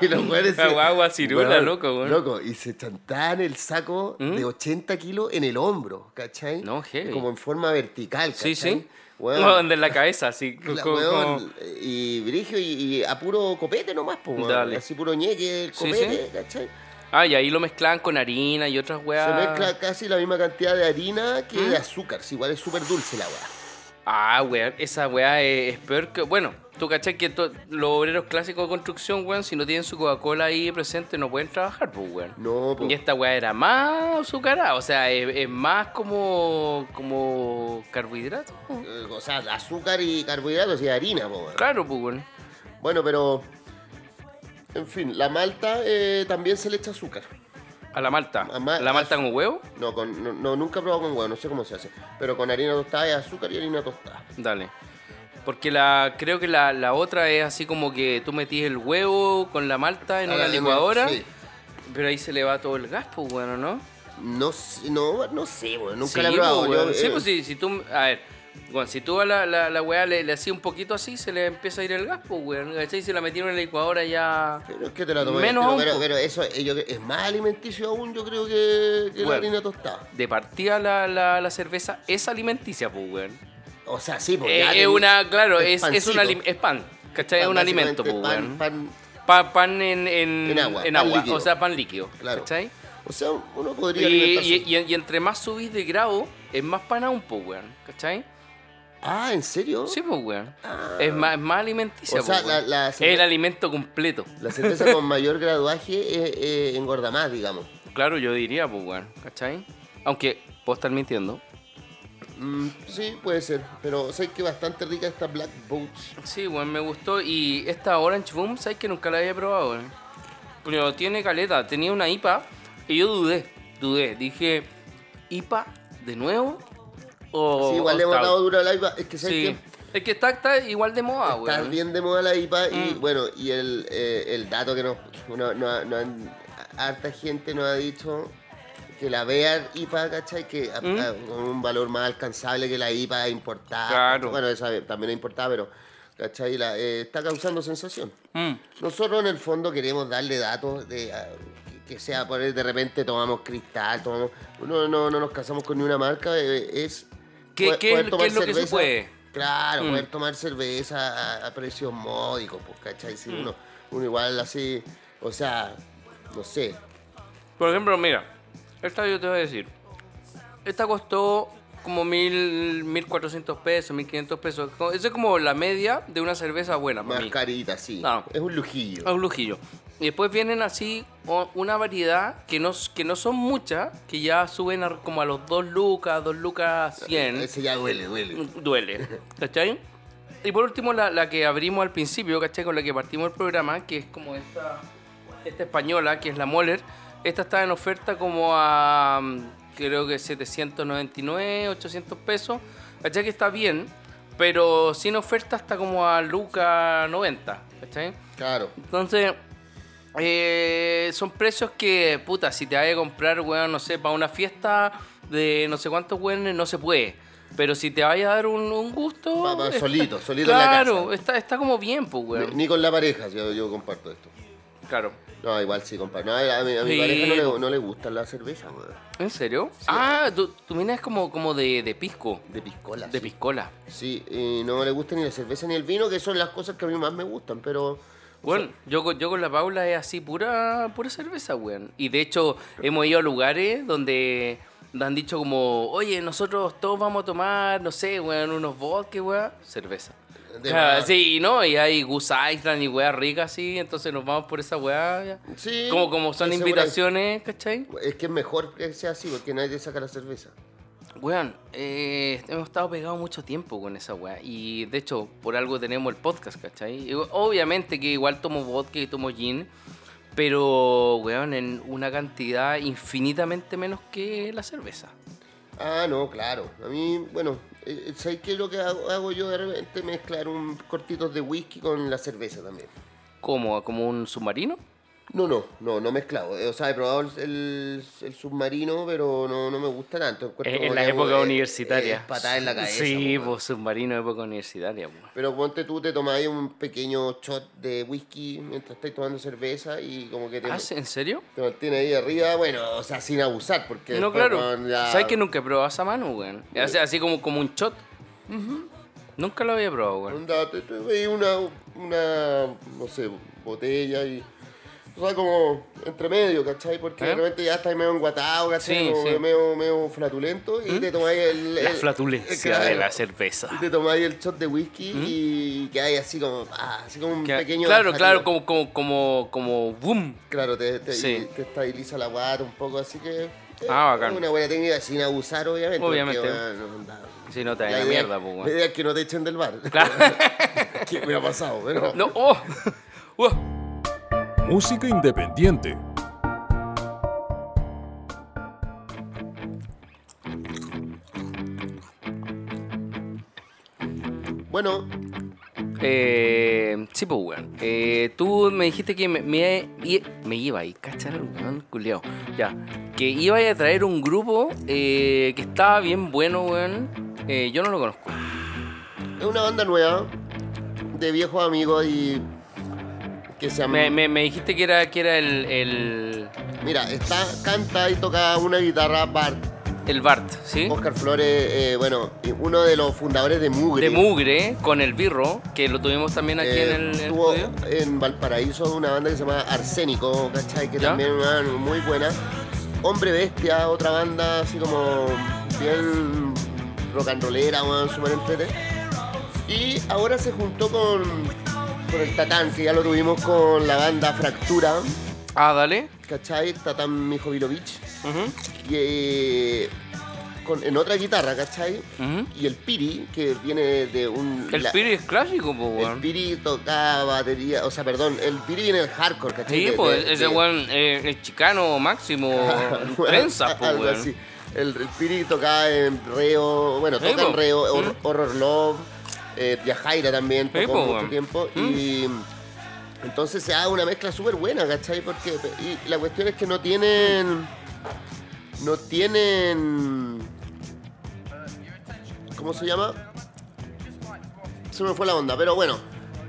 Speaker 2: y los weones
Speaker 1: La
Speaker 2: se-
Speaker 1: weá guasirula,
Speaker 2: Weón,
Speaker 1: loco, weón. ¿Mm?
Speaker 2: Loco, y se chantaban el saco de 80 kilos en el hombro, ¿cachai?
Speaker 1: No, heavy.
Speaker 2: Como en forma vertical, ¿cachai?
Speaker 1: Sí, sí.
Speaker 2: Weón,
Speaker 1: No, de la cabeza, así. co-
Speaker 2: la-
Speaker 1: co-
Speaker 2: weón,
Speaker 1: Pues como-
Speaker 2: y brigio y, y a puro copete nomás, po, weón.
Speaker 1: Dale.
Speaker 2: Así puro ñeque, el
Speaker 1: Sí, sí.
Speaker 2: copete, ¿cachai?
Speaker 1: Ah, y ahí lo mezclaban con harina y otras weas.
Speaker 2: Se mezcla casi la misma cantidad de harina que
Speaker 1: ¿Mm?
Speaker 2: de azúcar. si igual es súper dulce la weá.
Speaker 1: Ah, weón, esa weá es, es peor que. Bueno, tú cachai que to- los obreros clásicos de construcción, weón, si no tienen su Coca-Cola ahí presente, no pueden trabajar, pues, weón.
Speaker 2: No, po.
Speaker 1: Y esta weá era más azucarada, o sea, es, es más como. como. carbohidrato.
Speaker 2: Eh, O sea, azúcar y carbohidratos y harina, po, weón.
Speaker 1: Uh. Claro, pues, weón.
Speaker 2: Bueno, pero. En fin, la malta eh, también se le echa azúcar.
Speaker 1: A la malta.
Speaker 2: A ma-
Speaker 1: ¿La malta
Speaker 2: a-
Speaker 1: con huevo?
Speaker 2: No, con, no, no, nunca he probado con huevo, no sé cómo se hace. Pero con harina tostada es azúcar y harina tostada.
Speaker 1: Dale. Porque la creo que la, la otra es así como que tú metís el huevo con la malta en
Speaker 2: Ah,
Speaker 1: una
Speaker 2: en-
Speaker 1: licuadora,
Speaker 2: sí.
Speaker 1: pero ahí se le va todo el gas, pues, bueno, ¿no?
Speaker 2: No, sé- no, no sé, weón, nunca
Speaker 1: Sí,
Speaker 2: la he probado.
Speaker 1: pues,
Speaker 2: yo,
Speaker 1: weón. Sí,
Speaker 2: eh,
Speaker 1: pues, si, si tú. A ver, bueno, si tú a la, la, la weá le, le hacías un poquito así, se le empieza a ir el gas, pues, weón. ¿Cachai? Si la metieron en la licuadora ya.
Speaker 2: Pero es que te la tomé.
Speaker 1: Menos
Speaker 2: pero,
Speaker 1: aún,
Speaker 2: pero,
Speaker 1: po.
Speaker 2: pero eso eh, yo creo- es más alimenticio aún, yo creo que, que la
Speaker 1: Bueno.
Speaker 2: harina tostada.
Speaker 1: De partida la, la, la cerveza es alimenticia, pues, weón.
Speaker 2: O sea, sí, porque.
Speaker 1: Eh,
Speaker 2: ya
Speaker 1: Es
Speaker 2: ten-
Speaker 1: una, claro, es, es,
Speaker 2: pancito.
Speaker 1: un alim- es pan, ¿cachai? Es
Speaker 2: Pan,
Speaker 1: un alimento, pues, weón.
Speaker 2: básicamente, pan, pan.
Speaker 1: Pa- pan en, en,
Speaker 2: En agua,
Speaker 1: en
Speaker 2: pan
Speaker 1: agua,
Speaker 2: líquido.
Speaker 1: o sea, pan líquido.
Speaker 2: Claro.
Speaker 1: ¿cachai?
Speaker 2: O sea, uno
Speaker 1: Y,
Speaker 2: podría alimentarse.
Speaker 1: y, y- y entre más subís de grado, es más pan aún, po, weón. ¿Cachai?
Speaker 2: Ah, ¿en serio?
Speaker 1: Sí, po, weón. Es más, es más alimenticia,
Speaker 2: Ah. O sea,
Speaker 1: po, weón.
Speaker 2: la- la
Speaker 1: Es
Speaker 2: cerve-
Speaker 1: el alimento completo.
Speaker 2: La cerveza con mayor graduaje eh, eh, engorda más, digamos.
Speaker 1: Claro, yo diría, po, weón. ¿Cachai? Aunque, puedo estar mintiendo.
Speaker 2: Mm, sí, puede ser. Pero sé que bastante rica esta Black Boots.
Speaker 1: Sí, weón, me gustó. Y esta Orange Boom, ¿sabes que nunca la había probado, weón? Pero tiene caleta, tenía una IPA y yo dudé, dudé. Dije, ¿IPA de nuevo? O,
Speaker 2: sí, igual
Speaker 1: o
Speaker 2: le hemos
Speaker 1: stout?
Speaker 2: dado duro a la IPA. Es que sé
Speaker 1: Oh, Sí. Es que está, está igual de moda,
Speaker 2: que está
Speaker 1: weón. Mm.
Speaker 2: bien de moda la IPA. Y bueno, y el, eh, el dato que nos. No, no, no han- harta gente nos ha dicho que la Bear IPA, ¿cachai? Que a- a-
Speaker 1: Mm.
Speaker 2: con un valor más alcanzable que la IPA importada.
Speaker 1: Claro.
Speaker 2: Bueno, esa también es importada, pero. ¿cachai? La, eh, está causando sensación.
Speaker 1: Mm,
Speaker 2: Nosotros en el fondo queremos darle datos de ah, que sea por de repente tomamos cristal, tomamos no no no nos casamos con ninguna marca, eh, es
Speaker 1: ¿Qué-
Speaker 2: poder-
Speaker 1: qué-
Speaker 2: poder
Speaker 1: qué
Speaker 2: tomar
Speaker 1: es lo que se puede?
Speaker 2: Claro,
Speaker 1: Mm.
Speaker 2: poder tomar cerveza a, a precios módicos, pues cachai, si
Speaker 1: Mm.
Speaker 2: uno uno igual así, o sea, no sé,
Speaker 1: Por ejemplo, mira, esta yo te voy a decir. Esta costó como mil, 1400 pesos, 1500 pesos. Co- Esa es como la media de una cerveza buena para
Speaker 2: más
Speaker 1: mí.
Speaker 2: carita, sí.
Speaker 1: No.
Speaker 2: Es un lujillo.
Speaker 1: A un lujillo. Y después vienen así o- una variedad que no, s- que no son muchas, que ya suben a- como a los 2 lucas, 2 lucas 100.
Speaker 2: Ese Eh, ya duele,
Speaker 1: Mm.
Speaker 2: duele.
Speaker 1: duele, ¿cachai? Y por último, la, la que abrimos al principio, ¿cachai? Con la que partimos el programa, que es como esta, esta española, que es la Moller. Esta está en oferta como a, mm, creo que 799, 800 pesos. ¿Cachai? Que está bien, pero sin oferta está como a Luca 90, ¿cachai?
Speaker 2: Claro.
Speaker 1: Entonces, eh, son precios que, puta, si te vas a comprar, weón, no sé, para una fiesta de no sé cuántos weones, no se puede. Pero si te vayas a dar un, un gusto.
Speaker 2: Va- va
Speaker 1: está-
Speaker 2: solito, solito en la
Speaker 1: Claro,
Speaker 2: casa.
Speaker 1: Está, está como bien, pues,
Speaker 2: Ni-
Speaker 1: weón.
Speaker 2: Ni con la pareja, yo, yo comparto esto.
Speaker 1: Claro.
Speaker 2: No, igual sí, comparto. No, a mi, a mi
Speaker 1: Sí.
Speaker 2: pareja no le, no le gusta la cerveza, weón.
Speaker 1: ¿En serio? Ah, tu, tu mina es como, como de, de pisco.
Speaker 2: De piscola.
Speaker 1: De
Speaker 2: sí.
Speaker 1: piscola.
Speaker 2: Sí, y no le gusta ni la cerveza ni el vino, que son las cosas que a mí más me gustan, pero.
Speaker 1: Bueno, yo, con- yo con la Paula es así pura, pura cerveza, weón. Y de hecho, hemos ido a lugares donde nos han dicho como, oye, nosotros todos vamos a tomar, no sé, weón, unos vodka, weón, cerveza.
Speaker 2: De
Speaker 1: Ah,
Speaker 2: más.
Speaker 1: sí, ¿no? Y hay Goose Island y weá rica, así, entonces nos vamos por esa weá. ya.
Speaker 2: Sí,
Speaker 1: Como, como son
Speaker 2: y segura-
Speaker 1: invitaciones, ¿cachai?
Speaker 2: Es que es mejor que sea así, porque nadie saca la cerveza.
Speaker 1: Weón, eh, hemos estado pegados mucho tiempo con esa weá. Y de hecho, por algo tenemos el podcast, ¿cachai? Y obviamente que igual tomo vodka y tomo gin. Pero, weón, en una cantidad infinitamente menos que la cerveza.
Speaker 2: Ah, no, claro. A mí, bueno, eh, eh, ¿sabes qué es lo que hago, hago yo de repente? Mezclar un cortitos de whisky con la cerveza también.
Speaker 1: ¿Cómo? ¿Como un submarino?
Speaker 2: No, no, no, no mezclado. Eh, O sea, he probado el, el- el submarino, pero no, no me gusta tanto. Encuentro
Speaker 1: En,
Speaker 2: como
Speaker 1: en la
Speaker 2: que es como,
Speaker 1: época
Speaker 2: eh,
Speaker 1: universitaria.
Speaker 2: es patada en la cabeza.
Speaker 1: Sí,
Speaker 2: po,
Speaker 1: pues submarino de época universitaria, pues. weón.
Speaker 2: Pero ponte tú, te tomáis un pequeño shot de whisky mientras estáis tomando cerveza y como que te,
Speaker 1: ¿Ah, sí? ¿En serio?
Speaker 2: te mantiene ahí arriba, bueno, o sea, sin abusar, porque...
Speaker 1: No,
Speaker 2: después,
Speaker 1: claro.
Speaker 2: weón, ya-
Speaker 1: ¿Sabes que nunca he probado esa mano, weón? Así, así como, como un shot. Nunca lo había probado, weón.
Speaker 2: Onda, te, te veí una, una, no sé, botella y. O sea, como entre medio, ¿cachai? Porque
Speaker 1: ¿Eh?
Speaker 2: de repente ya estáis medio enguatado, ¿cachai?
Speaker 1: Sí,
Speaker 2: Como
Speaker 1: sí. ¿Mm?
Speaker 2: Medio, medio flatulento y te tomáis el,
Speaker 1: La
Speaker 2: el-
Speaker 1: flatulencia
Speaker 2: claro.
Speaker 1: de la cerveza.
Speaker 2: Y te tomáis el shot de whisky y quedáis así como. ah, así como un
Speaker 1: Que-
Speaker 2: pequeño.
Speaker 1: claro,
Speaker 2: bajadito.
Speaker 1: claro, como, como, como, como boom.
Speaker 2: Claro, te, te,
Speaker 1: Sí.
Speaker 2: te estabiliza la guata un poco, así que. eh,
Speaker 1: Ah, bacán.
Speaker 2: Una buena técnica sin abusar, obviamente. porque,
Speaker 1: Obviamente.
Speaker 2: bueno, anda,
Speaker 1: Si no te da
Speaker 2: la
Speaker 1: la
Speaker 2: idea-
Speaker 1: mierda, pues,
Speaker 2: La
Speaker 1: weón.
Speaker 2: idea es que no te echen del bar.
Speaker 1: Claro.
Speaker 2: que me ha pasado, pero.
Speaker 1: No, oh. Uh.
Speaker 3: Música independiente.
Speaker 2: Bueno,
Speaker 1: Eh, sí, pues, weón. Eh, tú me dijiste que me, me, i- me iba a ir, cachar el weón culiao. Ya. Que iba a traer un grupo eh, que estaba bien bueno, weón. Eh, yo no lo conozco.
Speaker 2: es una banda nueva de viejos amigos y. que se llama.
Speaker 1: Me, me- me dijiste que era, que era el, el,
Speaker 2: Mira, está, canta y toca una guitarra Bart.
Speaker 1: el Bart, ¿sí?
Speaker 2: Oscar Flores, eh, bueno, y uno de los fundadores de Mugre.
Speaker 1: De Mugre, con el Birro, que lo tuvimos también aquí en
Speaker 2: Eh,
Speaker 1: el, en el
Speaker 2: tuvo
Speaker 1: estudio.
Speaker 2: en Valparaíso una banda que se llama Arsénico, ¿cachai? Que
Speaker 1: ¿Ya?
Speaker 2: también una muy buena. Hombre Bestia, otra banda así como bien rock and rollera, weón, súper entrete. Y ahora se juntó con, con el Tatán, que ya lo tuvimos con la banda Fractura,
Speaker 1: Ah, dale.
Speaker 2: ¿cachai? Tatán Mijovilovich.
Speaker 1: Ujú,
Speaker 2: Y, eh, con- en otra guitarra, ¿cachai?
Speaker 1: ujú.
Speaker 2: Y el Piri, que viene de un...
Speaker 1: El
Speaker 2: la-
Speaker 1: Piri es clásico, pues,
Speaker 2: el
Speaker 1: weón.
Speaker 2: Piri tocaba batería, o sea, perdón, el Piri viene del hardcore, ¿cachai?
Speaker 1: Sí,
Speaker 2: De-
Speaker 1: pues,
Speaker 2: de-
Speaker 1: ese
Speaker 2: de-
Speaker 1: weón eh, es chicano máximo, trenza, pues,
Speaker 2: Algo
Speaker 1: weón.
Speaker 2: así. El, el Piri tocaba en Reo, bueno,
Speaker 1: Sí,
Speaker 2: toca en
Speaker 1: po.
Speaker 2: Reo,
Speaker 1: Mm.
Speaker 2: Hor- Horror Love, eh, Yajaira también, tocó
Speaker 1: Sí, po,
Speaker 2: mucho
Speaker 1: weón. Mm.
Speaker 2: tiempo. Y entonces se da una mezcla súper buena, ¿cachai? Porque y la cuestión es que no tienen. No tienen. ¿Cómo se llama? se me fue la onda, pero bueno.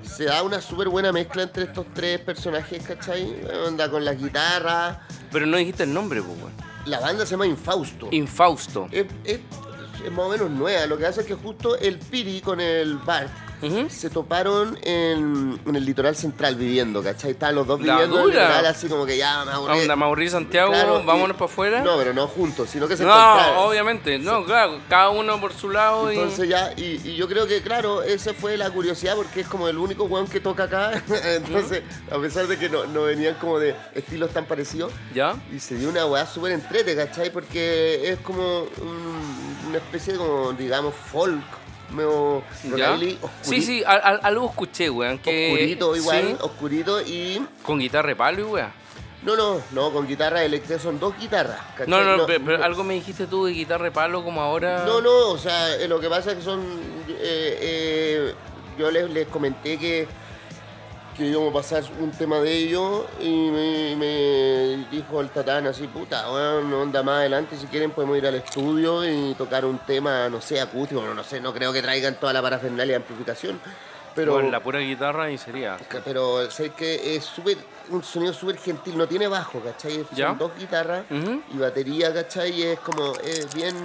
Speaker 2: Se da una súper buena mezcla entre estos tres personajes, ¿cachai? Onda con las guitarras.
Speaker 1: Pero no dijiste el nombre, pues, weón.
Speaker 2: La banda se llama Infausto.
Speaker 1: Infausto.
Speaker 2: es, es- es más o menos nueva. Lo que hace es que justo el Piri con el Bart
Speaker 1: Ujú.
Speaker 2: se toparon en, en el litoral central viviendo, ¿cachai? Estaban los dos
Speaker 1: La
Speaker 2: viviendo en el
Speaker 1: dura. Ah,
Speaker 2: litoral así como que ya me aburrí.
Speaker 1: Onda, Mauricio Santiago,
Speaker 2: Claro, y-
Speaker 1: vámonos para afuera.
Speaker 2: No, pero no juntos, sino que se
Speaker 1: No,
Speaker 2: encontraron.
Speaker 1: obviamente, no, claro, cada uno por su lado
Speaker 2: Entonces ya, y, y yo creo que claro, esa fue la curiosidad porque es como el único weón que toca acá. Entonces, a pesar de que no, no venían como de estilos tan parecidos,
Speaker 1: y. ¿Ya?
Speaker 2: y se dio una weá súper entrete, ¿cachai? Porque es como un- una especie de como, digamos, folk, medio
Speaker 1: ¿Ya?
Speaker 2: rockabilly,
Speaker 1: Sí,
Speaker 2: oscuri-
Speaker 1: sí, al- al- algo escuché, weón. Que,
Speaker 2: oscurito igual,
Speaker 1: sí,
Speaker 2: oscurito y...
Speaker 1: con guitarra de palo y weón.
Speaker 2: No, no, no, con guitarra eléctrica, son dos guitarras, ¿cachai?
Speaker 1: No, no, pero, pero algo me dijiste tú de guitarra de palo como ahora.
Speaker 2: No, no, o sea, eh, lo que pasa es que son. eh, eh, yo les, les comenté que, que íbamos a pasar un tema de ellos y me, me dijo el tatán así, puta, bueno, onda más adelante, si quieren podemos ir al estudio y tocar un tema, no sé, acústico, no, no sé, no creo que traigan toda la parafernalia de amplificación. Pero,
Speaker 1: Con la pura guitarra y sería.
Speaker 2: que- Pero sé que es súper, un sonido súper gentil, no tiene bajo, ¿cachai? Son
Speaker 1: ¿Ya?
Speaker 2: dos guitarras
Speaker 1: Ujú.
Speaker 2: y batería, ¿cachai? Y es como, es bien,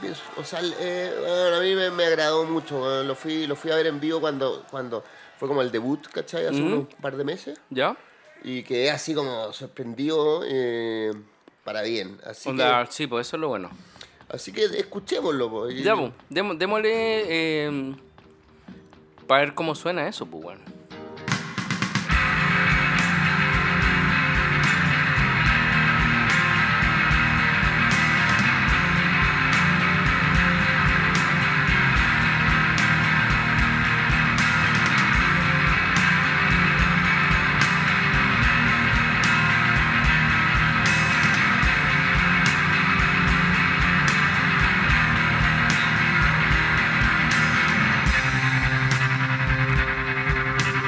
Speaker 2: bien- o sea, eh, bueno, a mí me, me agradó mucho, bueno, lo, fui, lo fui a ver en vivo cuando, cuando fue como el debut, ¿cachai? Hace
Speaker 1: Ujú.
Speaker 2: un par de meses
Speaker 1: ¿Ya?
Speaker 2: y quedé así como sorprendido eh, para bien, así
Speaker 1: Onda,
Speaker 2: que,
Speaker 1: sí, pues eso es lo bueno.
Speaker 2: así que escuchémoslo, po, y-
Speaker 1: Ya, pues, demo- démosle. para ver cómo suena eso, pues, weón.
Speaker 4: Thank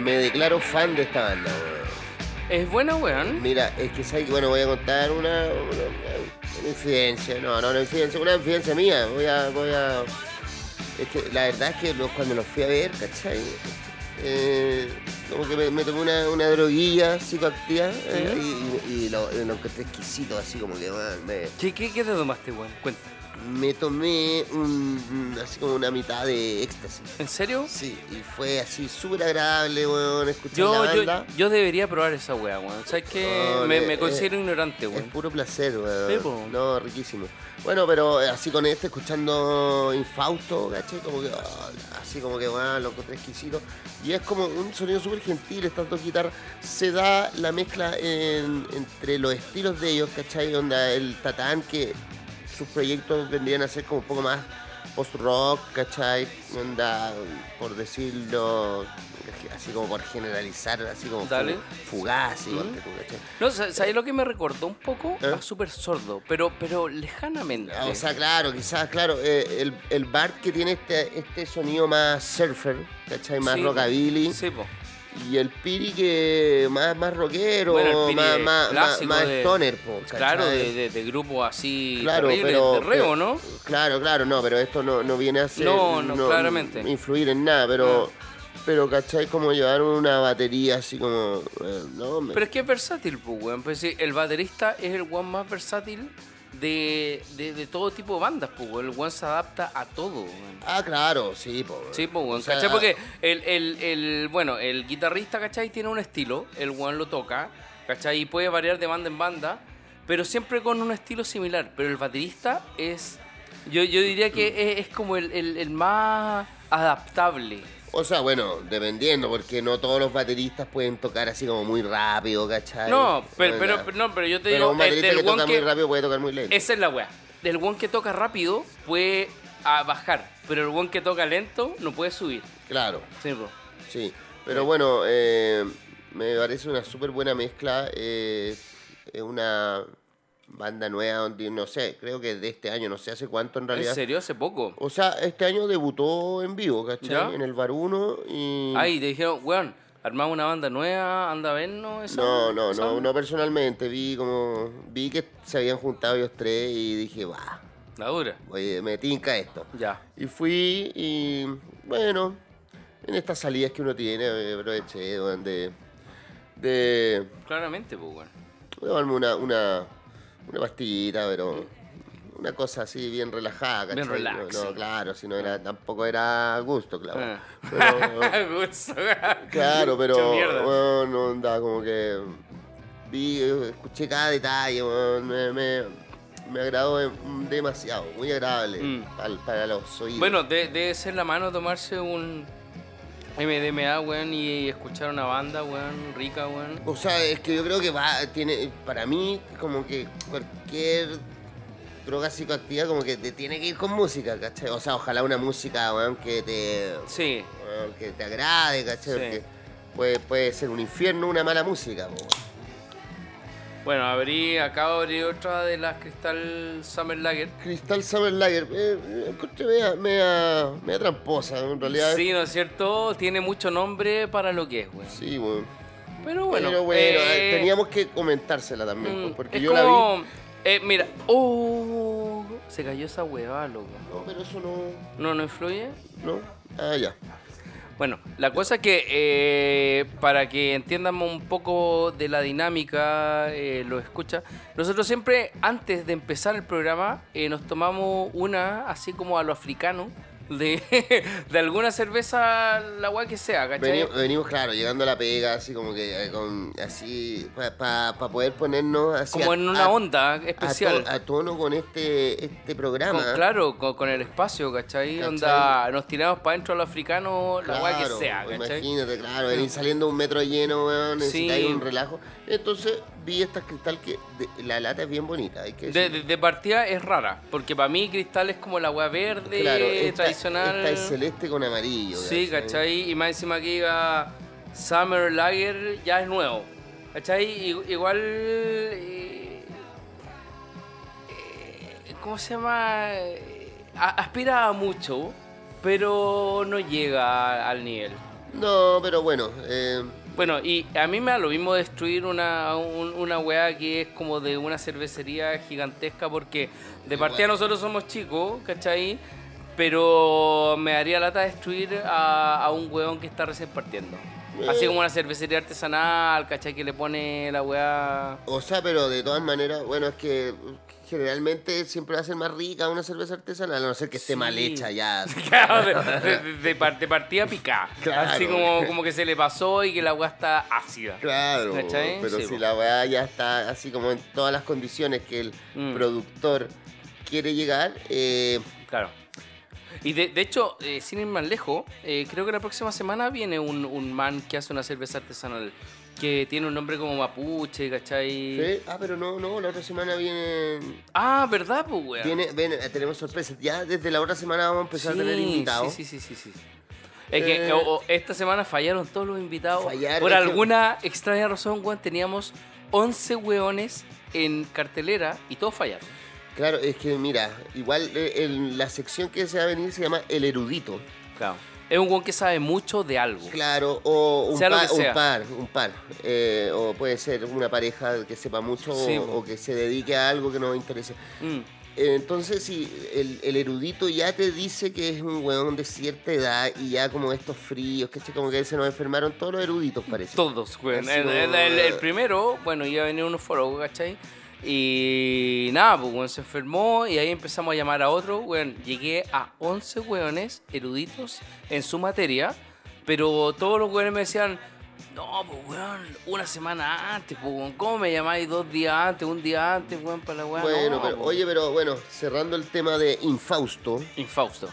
Speaker 2: me declaro fan de esta banda, weón.
Speaker 1: Es buena, weón.
Speaker 2: Mira, es que sabes que, bueno, voy a contar una, una, una infidencia, no, no, una infidencia, una infidencia mía, voy a, voy a. Es que la verdad es que los- cuando los fui a ver, ¿cachai? Eh, como que me, me tomé una, una droguilla psicoactiva eh, y, y- y lo, y lo encontré exquisito, así como que weón, me,
Speaker 1: ¿Qué, qué, qué te tomaste, weón? Cuenta.
Speaker 2: me tomé un, así como una mitad de éxtasis.
Speaker 1: ¿En serio?
Speaker 2: Sí, y fue así súper agradable, weón, escuchar la
Speaker 1: Yo, yo,
Speaker 2: banda.
Speaker 1: yo debería probar esa weá, weón. ¿Sabes qué?
Speaker 2: No,
Speaker 1: me,
Speaker 2: eh,
Speaker 1: me considero
Speaker 2: eh,
Speaker 1: ignorante,
Speaker 2: Es
Speaker 1: weón.
Speaker 2: puro placer, weón.
Speaker 1: Sí, po.
Speaker 2: No, riquísimo. Bueno, pero eh, así con este, escuchando Infausto, ¿cachai? Como que, ah, así como que, weón, lo encontré exquisito. Y es como un sonido súper gentil, estas dos guitarras. Se da la mezcla en- entre los estilos de ellos, ¿cachai? Onda, el tatán, que sus proyectos vendrían a ser como un poco más post-rock, ¿cachai? Onda, por decirlo, así como por generalizar, así como
Speaker 1: Dale.
Speaker 2: fugaz, igual que tú, ¿cachai?
Speaker 1: No, sa- ¿sabes lo que me recordó un poco?
Speaker 2: ¿Eh?
Speaker 1: A Super Sordo, pero, pero lejanamente.
Speaker 2: Ah, O sea, claro, quizás, claro, eh, el, el Bart que tiene este, este sonido más surfer, ¿cachai? Más
Speaker 1: Sí,
Speaker 2: rockabilly.
Speaker 1: Sí, po.
Speaker 2: Y el Piri que más, más rockero,
Speaker 1: Bueno, el Piri
Speaker 2: más,
Speaker 1: es
Speaker 2: más, más,
Speaker 1: clásico
Speaker 2: más
Speaker 1: de-
Speaker 2: stoner, po, ¿cachai?
Speaker 1: Claro, de, de, de grupo así
Speaker 2: Claro,
Speaker 1: terrible,
Speaker 2: pero-
Speaker 1: de reo,
Speaker 2: pero- eh.
Speaker 1: ¿no?
Speaker 2: Claro, claro, no, pero esto no, no viene a ser.
Speaker 1: No, no, claramente. Ah.
Speaker 2: Influir en nada, pero. Pero, ¿cachai? Como llevar una batería así como. eh, no, me-
Speaker 1: Pero es que es versátil, pues, weón. Pues, sí, el baterista es el weón más versátil de, de, de todo tipo de bandas, pues, weón. El weón se adapta a todo, weón.
Speaker 2: Ah, claro, sí, po.
Speaker 1: Sí, pues, weón,
Speaker 2: O sea,
Speaker 1: ¿cachai? Porque el, el, el, bueno, el guitarrista, ¿cachai? Tiene un estilo, el weón lo toca, ¿cachai? Y puede variar de banda en banda, pero siempre con un estilo similar. Pero el baterista es, yo, yo diría que
Speaker 2: Mm.
Speaker 1: es, es como el, el, el más adaptable.
Speaker 2: O sea, bueno, dependiendo, porque no todos los bateristas pueden tocar así como muy rápido, ¿cachai?
Speaker 1: No, pero,
Speaker 2: Eh,
Speaker 1: pero,
Speaker 2: ya.
Speaker 1: pero no, pero yo te
Speaker 2: Pero
Speaker 1: digo,
Speaker 2: un
Speaker 1: el
Speaker 2: baterista
Speaker 1: del
Speaker 2: que
Speaker 1: weón
Speaker 2: toca muy
Speaker 1: que-
Speaker 2: rápido puede tocar muy lento.
Speaker 1: esa es la weá. El weón que toca rápido puede ah, bajar, pero el weón que toca lento no puede subir.
Speaker 2: Claro,
Speaker 1: Sí, po.
Speaker 2: sí. Pero bueno, eh, me parece una súper buena mezcla. eh, es una banda nueva, donde, no sé, creo que de este año, no sé hace cuánto en realidad.
Speaker 1: En serio, hace poco.
Speaker 2: O sea, este año debutó en vivo, ¿cachai?
Speaker 1: ¿Ya?
Speaker 2: En el Bar 1 y...
Speaker 1: Ay, te dijeron, weón, armamos una banda nueva, anda a vernos. esa-
Speaker 2: No, no,
Speaker 1: esa
Speaker 2: no,
Speaker 1: onda".
Speaker 2: no personalmente, vi como... Vi que se habían juntado ellos tres y dije, va,
Speaker 1: La dura.
Speaker 2: oye, me tinca esto.
Speaker 1: Ya.
Speaker 2: Y fui y bueno, en estas salidas que uno tiene, eh, aproveché weón, de, de,
Speaker 1: Claramente, pues, weón.
Speaker 2: de tomarme una, una, una pastillita, pero una cosa así bien relajada,
Speaker 1: Bien
Speaker 2: ¿cachai?
Speaker 1: relax,
Speaker 2: No, no,
Speaker 1: sí.
Speaker 2: claro, si no era, tampoco era gusto, claro.
Speaker 1: Ah.
Speaker 2: Pero,
Speaker 1: Gusto, weón.
Speaker 2: claro,
Speaker 1: Mucha
Speaker 2: pero
Speaker 1: mierda.
Speaker 2: bueno, no andaba como que vi, eh, escuché cada detalle, weón, me, me, me agradó eh, demasiado, muy agradable
Speaker 1: Mm.
Speaker 2: pal- para, los oídos.
Speaker 1: Bueno, de- debe ser la mano tomarse un MDMA, weón, y escuchar una banda, weón, rica, weón.
Speaker 2: O sea, es que yo creo que va, tiene, para mí, como que cualquier droga psicoactiva, como que te tiene que ir con música, ¿cachai? O sea, ojalá una música, weón, que te,
Speaker 1: Sí.
Speaker 2: weón, que te agrade, ¿cachai?
Speaker 1: Sí.
Speaker 2: Porque puede, puede ser un infierno una mala música, po, weón.
Speaker 1: Bueno, abrí, acabo de abrir otra de las Crystal Summer Lager.
Speaker 2: Crystal Summer Lager, eh, eh, encontré media, media, media tramposa, en realidad.
Speaker 1: Sí, ¿no es cierto? Tiene mucho nombre para lo que es, weón.
Speaker 2: Sí, weón.
Speaker 1: Pero bueno.
Speaker 2: Pero bueno,
Speaker 1: eh,
Speaker 2: eh, teníamos que comentársela también,
Speaker 1: mm,
Speaker 2: pues, porque
Speaker 1: es
Speaker 2: yo la vi.
Speaker 1: como- eh, mira, oh, se cayó esa hueva, loco.
Speaker 2: No, pero eso no,
Speaker 1: No, no influye.
Speaker 2: no. Ah, ya.
Speaker 1: Bueno, la cosa es que eh, para que entiendamos un poco de la dinámica, eh, lo escucha. Nosotros siempre, antes de empezar el programa, eh, nos tomamos una, así como a lo africano, de, de alguna cerveza, la hueá que sea, ¿cachai?
Speaker 2: Veni- venimos, claro, llegando a la pega, así como que eh, con, así, para poder ponernos así.
Speaker 1: como
Speaker 2: a-
Speaker 1: en
Speaker 2: a-
Speaker 1: una onda
Speaker 2: a to-
Speaker 1: especial.
Speaker 2: A, tono con este, este programa.
Speaker 1: Con- claro, con, con el espacio, ¿cachai?
Speaker 2: ¿Cachai?
Speaker 1: Onda, nos tiramos para adentro al africano, la weá que
Speaker 2: Claro,
Speaker 1: sea, ¿cachai?
Speaker 2: Imagínate, claro, venir saliendo un metro lleno, weón, necesitáis
Speaker 1: Sí.
Speaker 2: un relajo. Entonces vi esta cristal que de- la lata es bien bonita, hay que
Speaker 1: De,
Speaker 2: decirlo.
Speaker 1: de- de partida es rara, porque para mí cristal es como la weá verde,
Speaker 2: Claro, esta,
Speaker 1: tradicional.
Speaker 2: esta es celeste con amarillo.
Speaker 1: sí, ¿cachai? Y más encima que diga Summer Lager ya es nuevo. ¿Cachai? I- Igual. eh, eh, ¿Cómo se llama? Eh, a- Aspira a mucho, pero no llega al nivel.
Speaker 2: No, pero bueno. eh,
Speaker 1: Bueno, y a mí me da lo mismo destruir una, un- una weá que es como de una cervecería gigantesca porque de partida nosotros somos chicos, ¿cachai? Pero me daría lata destruir a, a un weón que está recién partiendo. Así como una cervecería artesanal, ¿cachai? Que le pone la weá...
Speaker 2: o sea, pero de todas maneras, bueno, es que generalmente siempre va a ser más rica una cerveza artesanal, a no ser que esté
Speaker 1: Sí.
Speaker 2: mal hecha ya.
Speaker 1: Claro, de, de- de par- de partida picada.
Speaker 2: Claro.
Speaker 1: Así como, como que se le pasó y que la weá está ácida.
Speaker 2: Claro,
Speaker 1: ¿Cachai?
Speaker 2: pero
Speaker 1: Sí,
Speaker 2: si
Speaker 1: po.
Speaker 2: la weá ya está así como en todas las condiciones que el
Speaker 1: Mm.
Speaker 2: productor quiere llegar, eh,
Speaker 1: Claro. Y de, de hecho, eh, sin ir más lejos, eh, creo que la próxima semana viene un, un man que hace una cerveza artesanal que tiene un nombre como mapuche, ¿cachai?
Speaker 2: ¿sí? ah, pero no, no, la otra semana vienen,
Speaker 1: Ah, ¿verdad, pues, weón?
Speaker 2: viene, ven, eh, tenemos sorpresas. Ya desde la otra semana vamos a empezar
Speaker 1: sí,
Speaker 2: a tener invitados.
Speaker 1: Sí, sí, sí, sí. sí. Es que
Speaker 2: Eh.
Speaker 1: o- o, esta semana fallaron todos los invitados.
Speaker 2: Fallaron,
Speaker 1: Por
Speaker 2: es que-
Speaker 1: alguna extraña razón, weón, teníamos 11 weones en cartelera y todos fallaron.
Speaker 2: Claro, es que mira, igual eh, en la sección que se va a venir se llama El Erudito.
Speaker 1: Claro. Es un weón que sabe mucho de algo.
Speaker 2: Claro, o un,
Speaker 1: Sea lo
Speaker 2: par,
Speaker 1: que
Speaker 2: un
Speaker 1: sea.
Speaker 2: par, un par. Eh, o puede ser una pareja que sepa mucho o-
Speaker 1: Sí, po.
Speaker 2: o, que se dedique a algo que nos interese.
Speaker 1: Mm.
Speaker 2: Eh, Entonces, si el, el erudito ya te dice que es un weón de cierta edad y ya como estos fríos, ¿cachai? Como que se nos enfermaron todos los eruditos, parece.
Speaker 1: Todos, güey. El,
Speaker 2: Así como-
Speaker 1: el- el- el primero, bueno, iba a venir un ufólogo, ¿cachai? Y nada, pues, güey, se enfermó y ahí empezamos a llamar a otro, güey. Llegué a 11 güeyes eruditos en su materia, pero todos los güeyes me decían, no, pues, güey, una semana antes, pues, güey, ¿cómo me llamáis dos días antes, un día antes, güey, para la güey?
Speaker 2: Bueno,
Speaker 1: No,
Speaker 2: pero,
Speaker 1: pues.
Speaker 2: oye, pero bueno, cerrando el tema de Infausto,
Speaker 1: Infausto,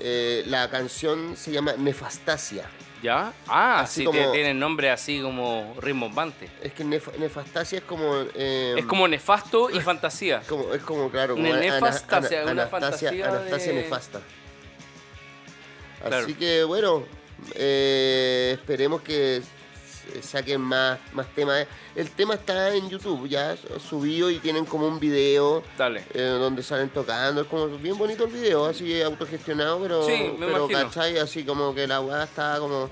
Speaker 2: eh, la canción se llama Nefastasia.
Speaker 1: ¿ya? Ah,
Speaker 2: Así
Speaker 1: sí,
Speaker 2: como-
Speaker 1: te- tienen nombre así como rimbombante.
Speaker 2: Es que nef- Nefastasia es como... eh,
Speaker 1: Es como nefasto y fantasía.
Speaker 2: como- es como, claro, como
Speaker 1: Ne-
Speaker 2: Ana- Ana-
Speaker 1: nefastasia, una
Speaker 2: Anastasia,
Speaker 1: fantasía
Speaker 2: Anastasia
Speaker 1: de-
Speaker 2: nefasta.
Speaker 1: Claro.
Speaker 2: Así que bueno, eh, esperemos que s- saquen más, más temas. El tema está en YouTube, ya subido y tienen como un video
Speaker 1: Dale.
Speaker 2: eh, donde salen tocando. Es como bien bonito el video, así autogestionado, pero,
Speaker 1: Sí, me
Speaker 2: pero
Speaker 1: imagino.
Speaker 2: ¿cachai? Así como que la weá está como,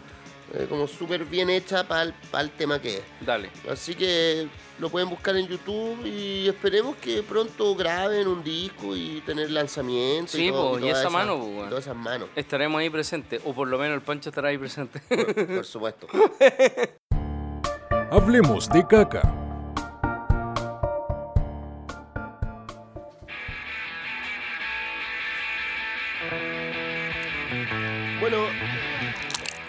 Speaker 2: eh, como súper bien hecha para el tema que es.
Speaker 1: Dale.
Speaker 2: Así que lo pueden buscar en YouTube y esperemos que pronto graben un disco y tener lanzamiento.
Speaker 1: Sí,
Speaker 2: y, todo-
Speaker 1: po, y
Speaker 2: toda
Speaker 1: esa
Speaker 2: esa-
Speaker 1: mano, po, weón.
Speaker 2: Todas esas manos,
Speaker 1: Estaremos ahí presentes, o por lo menos el Pancho estará ahí presente.
Speaker 2: por supuesto.
Speaker 3: Hablemos de caca.
Speaker 2: bueno,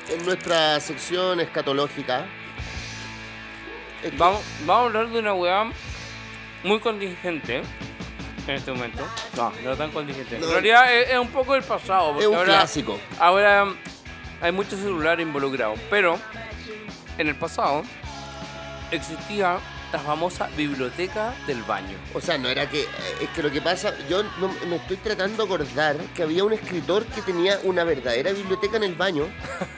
Speaker 2: en nuestra sección escatológica. es que-
Speaker 1: vamos, vamos a hablar de una weá muy contingente en este momento. No, no tan contingente.
Speaker 2: Ah. No.
Speaker 1: En realidad es, es un poco el pasado, porque
Speaker 2: Es un
Speaker 1: ahora,
Speaker 2: clásico.
Speaker 1: ahora hay muchos celulares involucrados, pero en el pasado existía la famosa biblioteca del baño.
Speaker 2: O sea, no era que. eh, Es que lo que pasa. Yo no- me estoy tratando de acordar que había un escritor que tenía una verdadera biblioteca en el baño.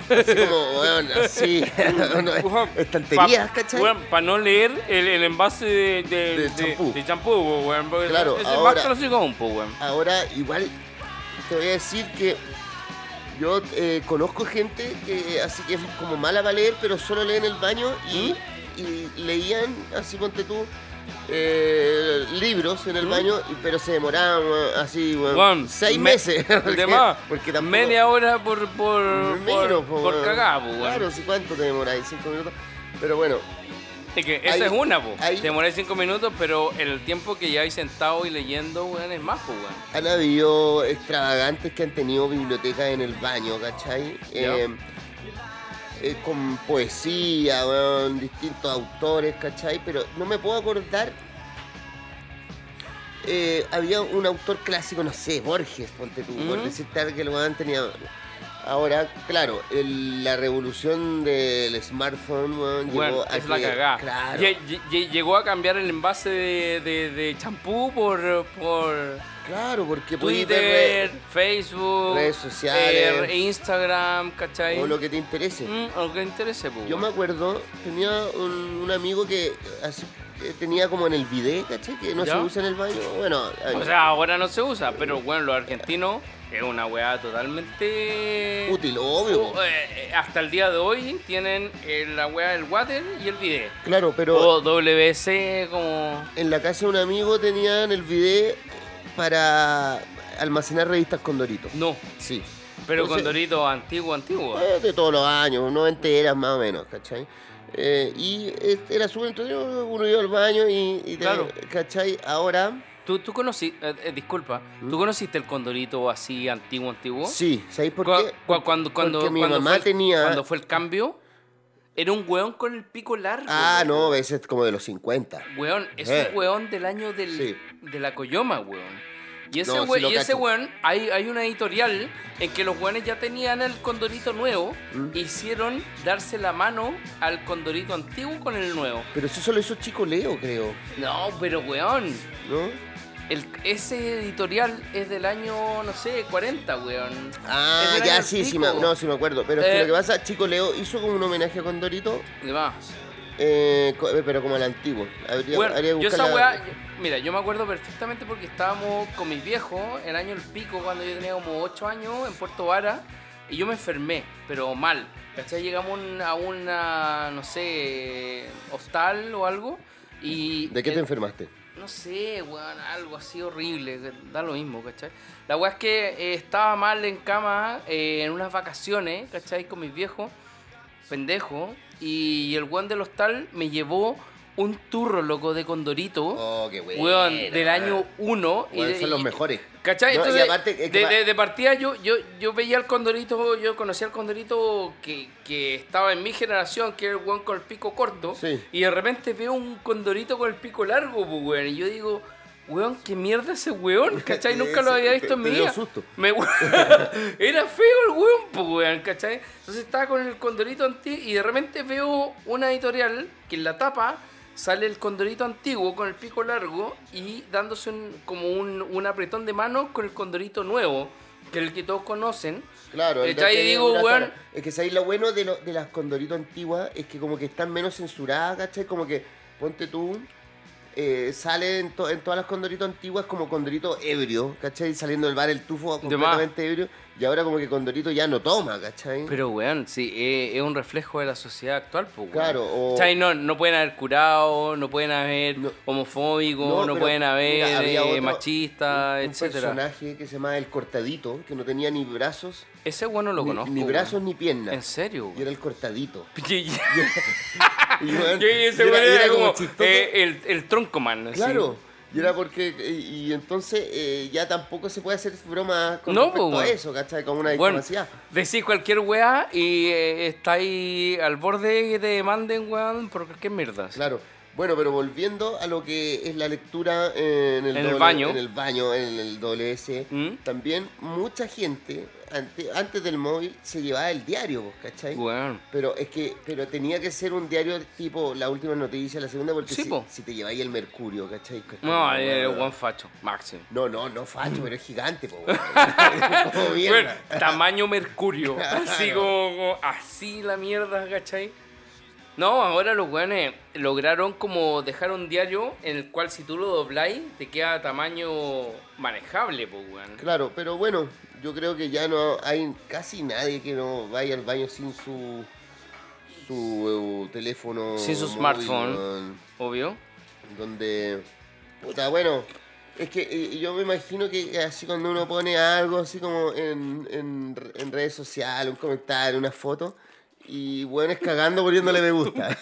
Speaker 2: Así como, bueno, así. bueno, estanterías, ¿cachai?
Speaker 1: para no leer el, el envase de, de,
Speaker 2: De
Speaker 1: de-
Speaker 2: champú.
Speaker 1: de champú, weón, porque
Speaker 2: Claro,
Speaker 1: es
Speaker 2: ahora-
Speaker 1: más clásico aún, po, weón.
Speaker 2: Ahora, igual, te voy a decir que yo eh, conozco gente que así que es como mala para leer, pero solo lee en el baño
Speaker 1: ¿Mm?
Speaker 2: y, y leían, así ponte tú, eh, libros en el
Speaker 1: ¿Mm?
Speaker 2: baño, y- pero se demoraban weón, así, weón,
Speaker 1: Juan,
Speaker 2: seis
Speaker 1: me-
Speaker 2: meses.
Speaker 1: de más,
Speaker 2: porque tampoco-
Speaker 1: media hora por, por,
Speaker 2: menos,
Speaker 1: por,
Speaker 2: po,
Speaker 1: por
Speaker 2: weón.
Speaker 1: cagá, po, weón.
Speaker 2: Claro, si cuánto te demoráis, cinco minutos. Pero bueno,
Speaker 1: Es que esa
Speaker 2: Ahí-
Speaker 1: es una, po.
Speaker 2: ahí-
Speaker 1: Te demoré cinco minutos, pero el tiempo que lleváis sentado y leyendo, weón, es más, po, weón.
Speaker 2: Han habido extravagantes que han tenido bibliotecas en el baño, ¿cachai?
Speaker 1: Ya.
Speaker 2: Eh, eh, con poesía, weón, distintos autores, ¿cachai? Pero no me puedo acordar. eh, había un autor clásico, no sé, Borges, ponte tú, por
Speaker 1: ¿Mm?
Speaker 2: decirte algo que el weón tenía. Ahora, claro, el- la revolución del smartphone, weón,
Speaker 1: Weón,
Speaker 2: llegó a
Speaker 1: es la
Speaker 2: que-
Speaker 1: cagá.
Speaker 2: Claro.
Speaker 1: Lle- lle- lle- llegó a cambiar el envase de- de de champú por, por
Speaker 2: Claro, porque podí
Speaker 1: Twitter, Facebook,
Speaker 2: redes sociales.
Speaker 1: eh, Instagram, ¿cachai?
Speaker 2: ver o lo que te interese.
Speaker 1: Mm, o lo que interese, po,
Speaker 2: Yo
Speaker 1: weón.
Speaker 2: me acuerdo, tenía un, un amigo que así eh, tenía como en el bidet, ¿cachai? Que no
Speaker 1: ¿Ya?
Speaker 2: se usa en el baño. Bueno, eh, ay,
Speaker 1: O sea, ahora no se usa, pero bueno, los argentinos es una weá totalmente.
Speaker 2: útil, obvio.
Speaker 1: Uh, eh, eh, hasta el día de hoy tienen eh, la weá del water y el bidet.
Speaker 2: Claro, pero
Speaker 1: O WC como.
Speaker 2: en la casa de un amigo tenían el bidet para almacenar revistas con Doritos.
Speaker 1: No,
Speaker 2: Sí.
Speaker 1: pero
Speaker 2: Entonces-
Speaker 1: con Doritos antiguo, antiguo.
Speaker 2: Eh, de todos los años, no enteras más o menos, ¿cachai? Eh, y eh, era súper entretenido, uno iba al baño y, y te-
Speaker 1: Claro.
Speaker 2: ¿cachai? Ahora,
Speaker 1: ¿Tú, tú conociste, disculpa, ¿tú conociste el condorito así antiguo, antiguo?
Speaker 2: Mm. sí, ¿sabéis por
Speaker 1: Cu-
Speaker 2: qué?
Speaker 1: cu- cuando, cuando,
Speaker 2: Porque mi
Speaker 1: cuando
Speaker 2: mamá
Speaker 1: fue el-
Speaker 2: tenía...
Speaker 1: Cuando fue el cambio, era un weón con el pico largo.
Speaker 2: Ah, no, ese es como de los 50.
Speaker 1: Weón, es
Speaker 2: Eh.
Speaker 1: un weón del año del,
Speaker 2: Sí.
Speaker 1: de la Coyoma, weón. Y ese,
Speaker 2: No, sí
Speaker 1: we-
Speaker 2: lo
Speaker 1: y ese
Speaker 2: cacho.
Speaker 1: weón, hay, hay una editorial en que los weones ya tenían el condorito nuevo,
Speaker 2: Mm.
Speaker 1: e hicieron darse la mano al condorito antiguo con el nuevo.
Speaker 2: Pero eso solo hizo Chico Leo, creo,
Speaker 1: No, pero weón,
Speaker 2: ¿no?
Speaker 1: el- ese editorial es del año, no sé, 40, weón. Es
Speaker 2: Ah,
Speaker 1: del
Speaker 2: ya
Speaker 1: año
Speaker 2: sí, sí
Speaker 1: pico.
Speaker 2: me, no, sí me acuerdo. Pero es que
Speaker 1: Eh.
Speaker 2: lo que pasa, Chico Leo hizo como un homenaje a Condorito,
Speaker 1: De más.
Speaker 2: eh, co- pero como al antiguo. Habría,
Speaker 1: Bueno,
Speaker 2: habría que
Speaker 1: yo esa
Speaker 2: buscar la-
Speaker 1: weá, yo- mira, yo me acuerdo perfectamente porque estábamos con mis viejos el año el pico, cuando yo tenía como 8 años en Puerto Vara, y yo me enfermé, pero mal. ¿Cachai? Llegamos a un- a una, no sé, hostal o algo. Y
Speaker 2: ¿De qué te
Speaker 1: eh,
Speaker 2: enfermaste?
Speaker 1: no sé, weón, algo así horrible, que da lo mismo, ¿cachai? La weá es que eh, estaba mal en cama eh, en unas vacaciones, ¿cachai? Con mis viejos, pendejo, y el weón del hostal me llevó un turro, loco, de Condorito,
Speaker 2: Oh, qué buena.
Speaker 1: weón, del año 1.
Speaker 2: Weón, son los mejores.
Speaker 1: ¿Cachai?
Speaker 2: No, y
Speaker 1: Entonces,
Speaker 2: aparte, es que
Speaker 1: de,
Speaker 2: va-
Speaker 1: de- de partida yo, yo, yo veía al condorito, yo conocía al condorito que, que estaba en mi generación, que era el weón con el pico corto,
Speaker 2: Sí.
Speaker 1: y de repente veo un condorito con el pico largo, pues, weón, y yo digo, weón, qué mierda ese weón, ¿cachai? Nunca lo había visto en mi
Speaker 2: Te dio
Speaker 1: vida.
Speaker 2: susto.
Speaker 1: Me- era feo el weón, pues, weón, ¿cachai? Entonces estaba con el condorito antiguo y de repente veo una editorial que en la tapa sale el condorito antiguo con el pico largo y dándose un- como un, un apretón de mano con el condorito nuevo, que es el que todos conocen.
Speaker 2: Claro, el
Speaker 1: ¿Cachai? Y
Speaker 2: de- que
Speaker 1: Eh, digo,
Speaker 2: una
Speaker 1: weón-
Speaker 2: cara. Es que ahí lo bueno de, lo- de las Condorito antiguas es que como que están menos censuradas, ¿cachai? Como que, ponte tú, eh, sale en, to- en todas las Condorito antiguas como Condorito ebrio, ¿cachai? Saliendo del bar el tufo completamente ebrio. Y ahora como que Condorito ya no toma, ¿cachai?
Speaker 1: Pero, weón, sí, eh, es, es un reflejo de la sociedad actual, pues, weón.
Speaker 2: Claro, o-
Speaker 1: ¿Cachai? No, no pueden haber curado, no pueden haber
Speaker 2: No.
Speaker 1: homofóbicos,
Speaker 2: No,
Speaker 1: no,
Speaker 2: pero,
Speaker 1: pueden
Speaker 2: mira,
Speaker 1: haber
Speaker 2: había
Speaker 1: eh,
Speaker 2: otro-
Speaker 1: machistas,
Speaker 2: un
Speaker 1: etcétera.
Speaker 2: personaje que se llama El Cortadito, que no tenía ni brazos,
Speaker 1: Ese weón no lo
Speaker 2: ni,
Speaker 1: conozco.
Speaker 2: ni
Speaker 1: weón.
Speaker 2: brazos ni piernas.
Speaker 1: ¿En serio?
Speaker 2: Y era
Speaker 1: weón?
Speaker 2: El Cortadito.
Speaker 1: Que ya-
Speaker 2: Y, weón,
Speaker 1: que ese
Speaker 2: y
Speaker 1: weón
Speaker 2: y
Speaker 1: era como
Speaker 2: chistoso.
Speaker 1: eh, el, el tronco man. así.
Speaker 2: Claro. Y era porque. Y, y entonces eh, ya tampoco se puede hacer broma con
Speaker 1: No,
Speaker 2: respecto
Speaker 1: pues,
Speaker 2: a
Speaker 1: weón.
Speaker 2: eso, ¿cachai? Con una
Speaker 1: Bueno,
Speaker 2: discapacidad.
Speaker 1: decís cualquier weá y eh, está ahí al borde que te demanden, weón, por cualquier mierda.
Speaker 2: Claro. Bueno, pero volviendo a lo que es la lectura eh, en el,
Speaker 1: En el
Speaker 2: doble-
Speaker 1: baño.
Speaker 2: En el baño, en el doble S.
Speaker 1: ¿Mm?
Speaker 2: También mucha gente, ante- antes del móvil, se llevaba el diario, pues, ¿cachai?
Speaker 1: Weón.
Speaker 2: Pero es que pero tenía que ser un diario tipo la última noticia, la segunda, porque
Speaker 1: Sí,
Speaker 2: si,
Speaker 1: po.
Speaker 2: si te lleváis el mercurio, ¿cachai?
Speaker 1: No, el weón facho, máximo.
Speaker 2: No, no, no facho, pero es gigante, po. weón. Como mierda.
Speaker 1: Bueno, tamaño mercurio.
Speaker 2: Claro.
Speaker 1: Así como, como- así la mierda, ¿cachai? No, ahora los weones lograron como dejar un diario en el cual si tú lo dobláis te queda tamaño manejable, pues weón.
Speaker 2: Claro, pero bueno, yo creo que ya no hay casi nadie que no vaya al baño sin su su eh, teléfono.
Speaker 1: Sin su
Speaker 2: móvil,
Speaker 1: smartphone.
Speaker 2: weón,
Speaker 1: Obvio.
Speaker 2: Donde. Puta, bueno. Es que eh, yo me imagino que así cuando uno pone algo así como en, en, en redes sociales, un comentario, una foto, y bueno, es cagando poniéndole me gusta. así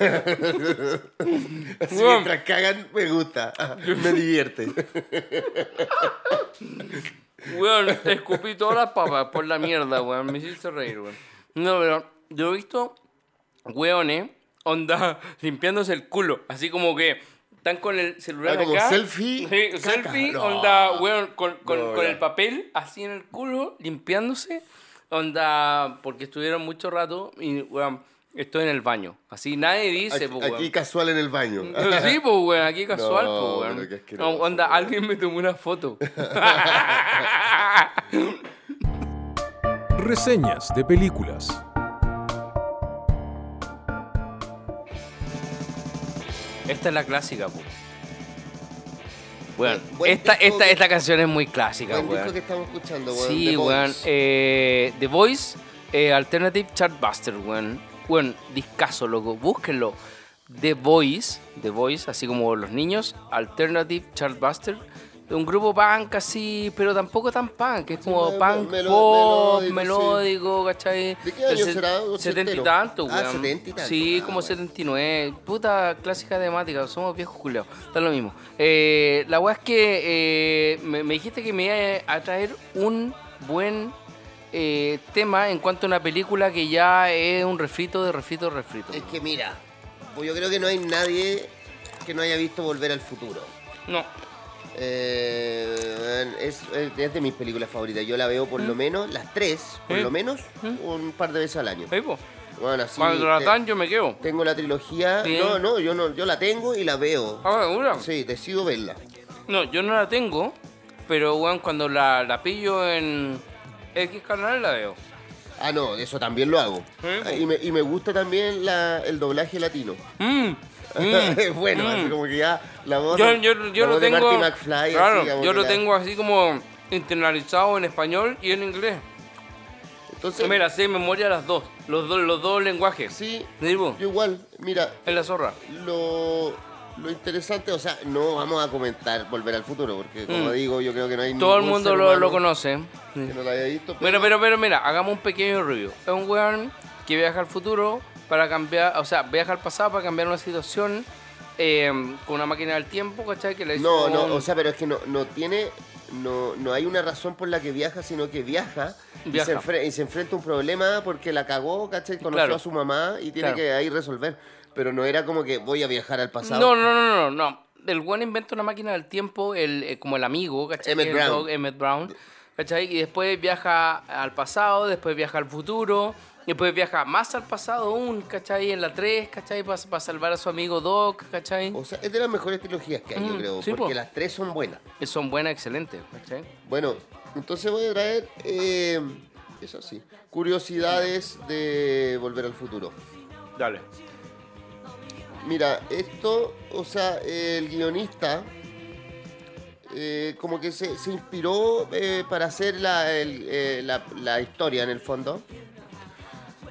Speaker 1: Weón.
Speaker 2: mientras cagan, me gusta. Me divierte.
Speaker 1: Weón, te escupí todas las papas por la mierda, weón. Me hiciste reír, weón. No, pero yo he visto weones, onda, limpiándose el culo. Así como que están con el celular
Speaker 2: Ah, como
Speaker 1: acá.
Speaker 2: selfie,
Speaker 1: Sí,
Speaker 2: caca.
Speaker 1: selfie,
Speaker 2: No.
Speaker 1: onda, weón, con, con-
Speaker 2: No,
Speaker 1: con
Speaker 2: ya.
Speaker 1: el papel así en el culo, limpiándose. Onda, porque estuvieron mucho rato y, weón, estoy en el baño. Así nadie dice,
Speaker 2: Aquí,
Speaker 1: po,
Speaker 2: aquí
Speaker 1: pues, weón.
Speaker 2: casual en el baño. Ah,
Speaker 1: Sí, pues, weón, aquí casual,
Speaker 2: No,
Speaker 1: po,
Speaker 2: pero qué
Speaker 1: weón.
Speaker 2: asqueroso,
Speaker 1: No, onda,
Speaker 2: weón.
Speaker 1: alguien me tomó una foto.
Speaker 3: Reseñas de películas.
Speaker 1: Esta es la clásica, pues. Bueno,
Speaker 2: Buen
Speaker 1: esta,
Speaker 2: disco
Speaker 1: esta,
Speaker 2: que-
Speaker 1: esta canción es muy clásica,
Speaker 2: Buen disco
Speaker 1: weón.
Speaker 2: que estamos escuchando, weón.
Speaker 1: Sí,
Speaker 2: The Boys.
Speaker 1: weón. Eh, The Voice, eh, Alternative Chartbuster, weón. Weón, discazo, loco. Búsquenlo. The Voice, The Voice, así como los niños, Alternative Chartbuster. De un grupo punk así, pero tampoco tan punk. Es como
Speaker 2: melo-
Speaker 1: punk
Speaker 2: melo-
Speaker 1: pop,
Speaker 2: melódico, sí.
Speaker 1: melódico, ¿cachai?
Speaker 2: ¿De qué año
Speaker 1: Del se-
Speaker 2: será? ¿Ochentero?
Speaker 1: Setenta y tanto,
Speaker 2: Ah,
Speaker 1: weón.
Speaker 2: setenta y tanto.
Speaker 1: Sí,
Speaker 2: Ah,
Speaker 1: como
Speaker 2: bueno.
Speaker 1: 79. Puta clásica temática, somos viejos culeados. Está lo mismo. Eh, la weá es que eh, me, me dijiste que me iba a traer un buen eh, tema en cuanto a una película que ya es un refrito de refrito de refrito.
Speaker 2: Es que mira, pues yo creo que no hay nadie que no haya visto Volver al Futuro.
Speaker 1: No.
Speaker 2: Eh, weón, es, es- es de mis películas favoritas. Yo la veo por lo menos, las tres, por
Speaker 1: ¿Mm? ¿Eh?
Speaker 2: lo menos,
Speaker 1: ¿Eh?
Speaker 2: un par de veces al año.
Speaker 1: Ahí, po.
Speaker 2: Bueno, así.
Speaker 1: Cuando la
Speaker 2: te-
Speaker 1: dan, yo me quedo.
Speaker 2: Tengo la trilogía.
Speaker 1: Sí.
Speaker 2: No, no, yo no, yo la tengo y la veo.
Speaker 1: Ah, ¿segura?
Speaker 2: Sí, decido verla.
Speaker 1: No, yo no la tengo, pero weón, cuando la, la pillo en X canal la veo.
Speaker 2: Ah, no, eso también lo hago.
Speaker 1: Sí,
Speaker 2: Ah,
Speaker 1: po.
Speaker 2: Y me, y me gusta también la- el doblaje latino.
Speaker 1: Mm,
Speaker 2: Es
Speaker 1: mm,
Speaker 2: bueno, así
Speaker 1: mm.
Speaker 2: como que ya la voz,
Speaker 1: yo, yo, yo
Speaker 2: la
Speaker 1: lo
Speaker 2: voz de
Speaker 1: tengo.
Speaker 2: Marty McFly,
Speaker 1: claro,
Speaker 2: así, como
Speaker 1: yo
Speaker 2: que
Speaker 1: lo
Speaker 2: la-
Speaker 1: tengo así como internalizado en español y en inglés.
Speaker 2: Entonces,
Speaker 1: Mira, sé de memoria las dos, los, dos- los dos lenguajes.
Speaker 2: sí,
Speaker 1: Digo,
Speaker 2: yo igual, mira,
Speaker 1: es la zorra.
Speaker 2: lo, lo interesante, o sea, no vamos a comentar Volver al Futuro, porque como
Speaker 1: Mm.
Speaker 2: digo, yo creo que no hay
Speaker 1: Todo el
Speaker 2: ningún
Speaker 1: mundo
Speaker 2: ser
Speaker 1: lo, lo
Speaker 2: humano
Speaker 1: conoce.
Speaker 2: Que no la haya visto.
Speaker 1: Bueno, pero, pero mira, hagamos un pequeño review. Es un weón que viaja al futuro para cambiar, o sea, viaja al pasado para cambiar una situación eh, con una máquina del tiempo, ¿cachai? Que le
Speaker 2: No,
Speaker 1: hizo un-
Speaker 2: no, o sea, pero es que no, no tiene. No, no hay una razón por la que viaja, sino que viaja, Y, se
Speaker 1: Viaja.
Speaker 2: enfre- y se enfrenta a un problema porque la cagó, ¿cachai? Conoció
Speaker 1: Claro.
Speaker 2: a su mamá y tiene
Speaker 1: Claro.
Speaker 2: que ahí resolver. Pero no era como que voy a viajar al pasado.
Speaker 1: No, no, no, no, no. El weón inventa una máquina del tiempo, el, eh, como el amigo, ¿cachai?
Speaker 2: Emmett
Speaker 1: El
Speaker 2: Brown.
Speaker 1: dog Emmett Brown, ¿cachai? Y después viaja al pasado, después viaja al futuro, y después viaja más al pasado aún, ¿cachai? En la 3, ¿cachai? Para, salvar a su amigo Doc, ¿cachai?
Speaker 2: O sea, es de las mejores trilogías que hay, yo
Speaker 1: Mm,
Speaker 2: creo,
Speaker 1: sí,
Speaker 2: porque
Speaker 1: po.
Speaker 2: las tres son buenas.
Speaker 1: Que Son buenas, excelentes, ¿cachai?
Speaker 2: Bueno, entonces voy a traer. eh, es así. Curiosidades de Volver al Futuro.
Speaker 1: Dale.
Speaker 2: Mira, esto, o sea, eh, el guionista eh, como que se, se inspiró eh, para hacer la, el- eh, la- la historia en el fondo.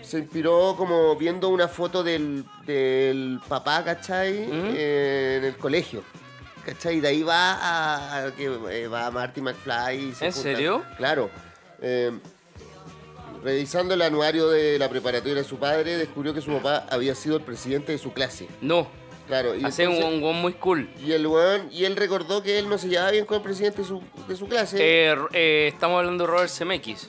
Speaker 2: Se inspiró como viendo una foto del, del papá, ¿cachai?
Speaker 1: ¿Mm?
Speaker 2: Eh, en el colegio. ¿Cachai? Y de ahí va a, a que eh, va Marty McFly. y se
Speaker 1: ¿En
Speaker 2: juntan.
Speaker 1: serio?
Speaker 2: Claro. Eh, revisando el anuario de la preparatoria de su padre, descubrió que su papá había sido el presidente de su clase.
Speaker 1: No,
Speaker 2: Claro, y,
Speaker 1: hace un-
Speaker 2: entonces-
Speaker 1: un weón muy cool.
Speaker 2: y el weón, y él recordó que él no se llevaba bien con el presidente de su, de su clase.
Speaker 1: Eh, r- eh, estamos hablando de Robert Zemeckis.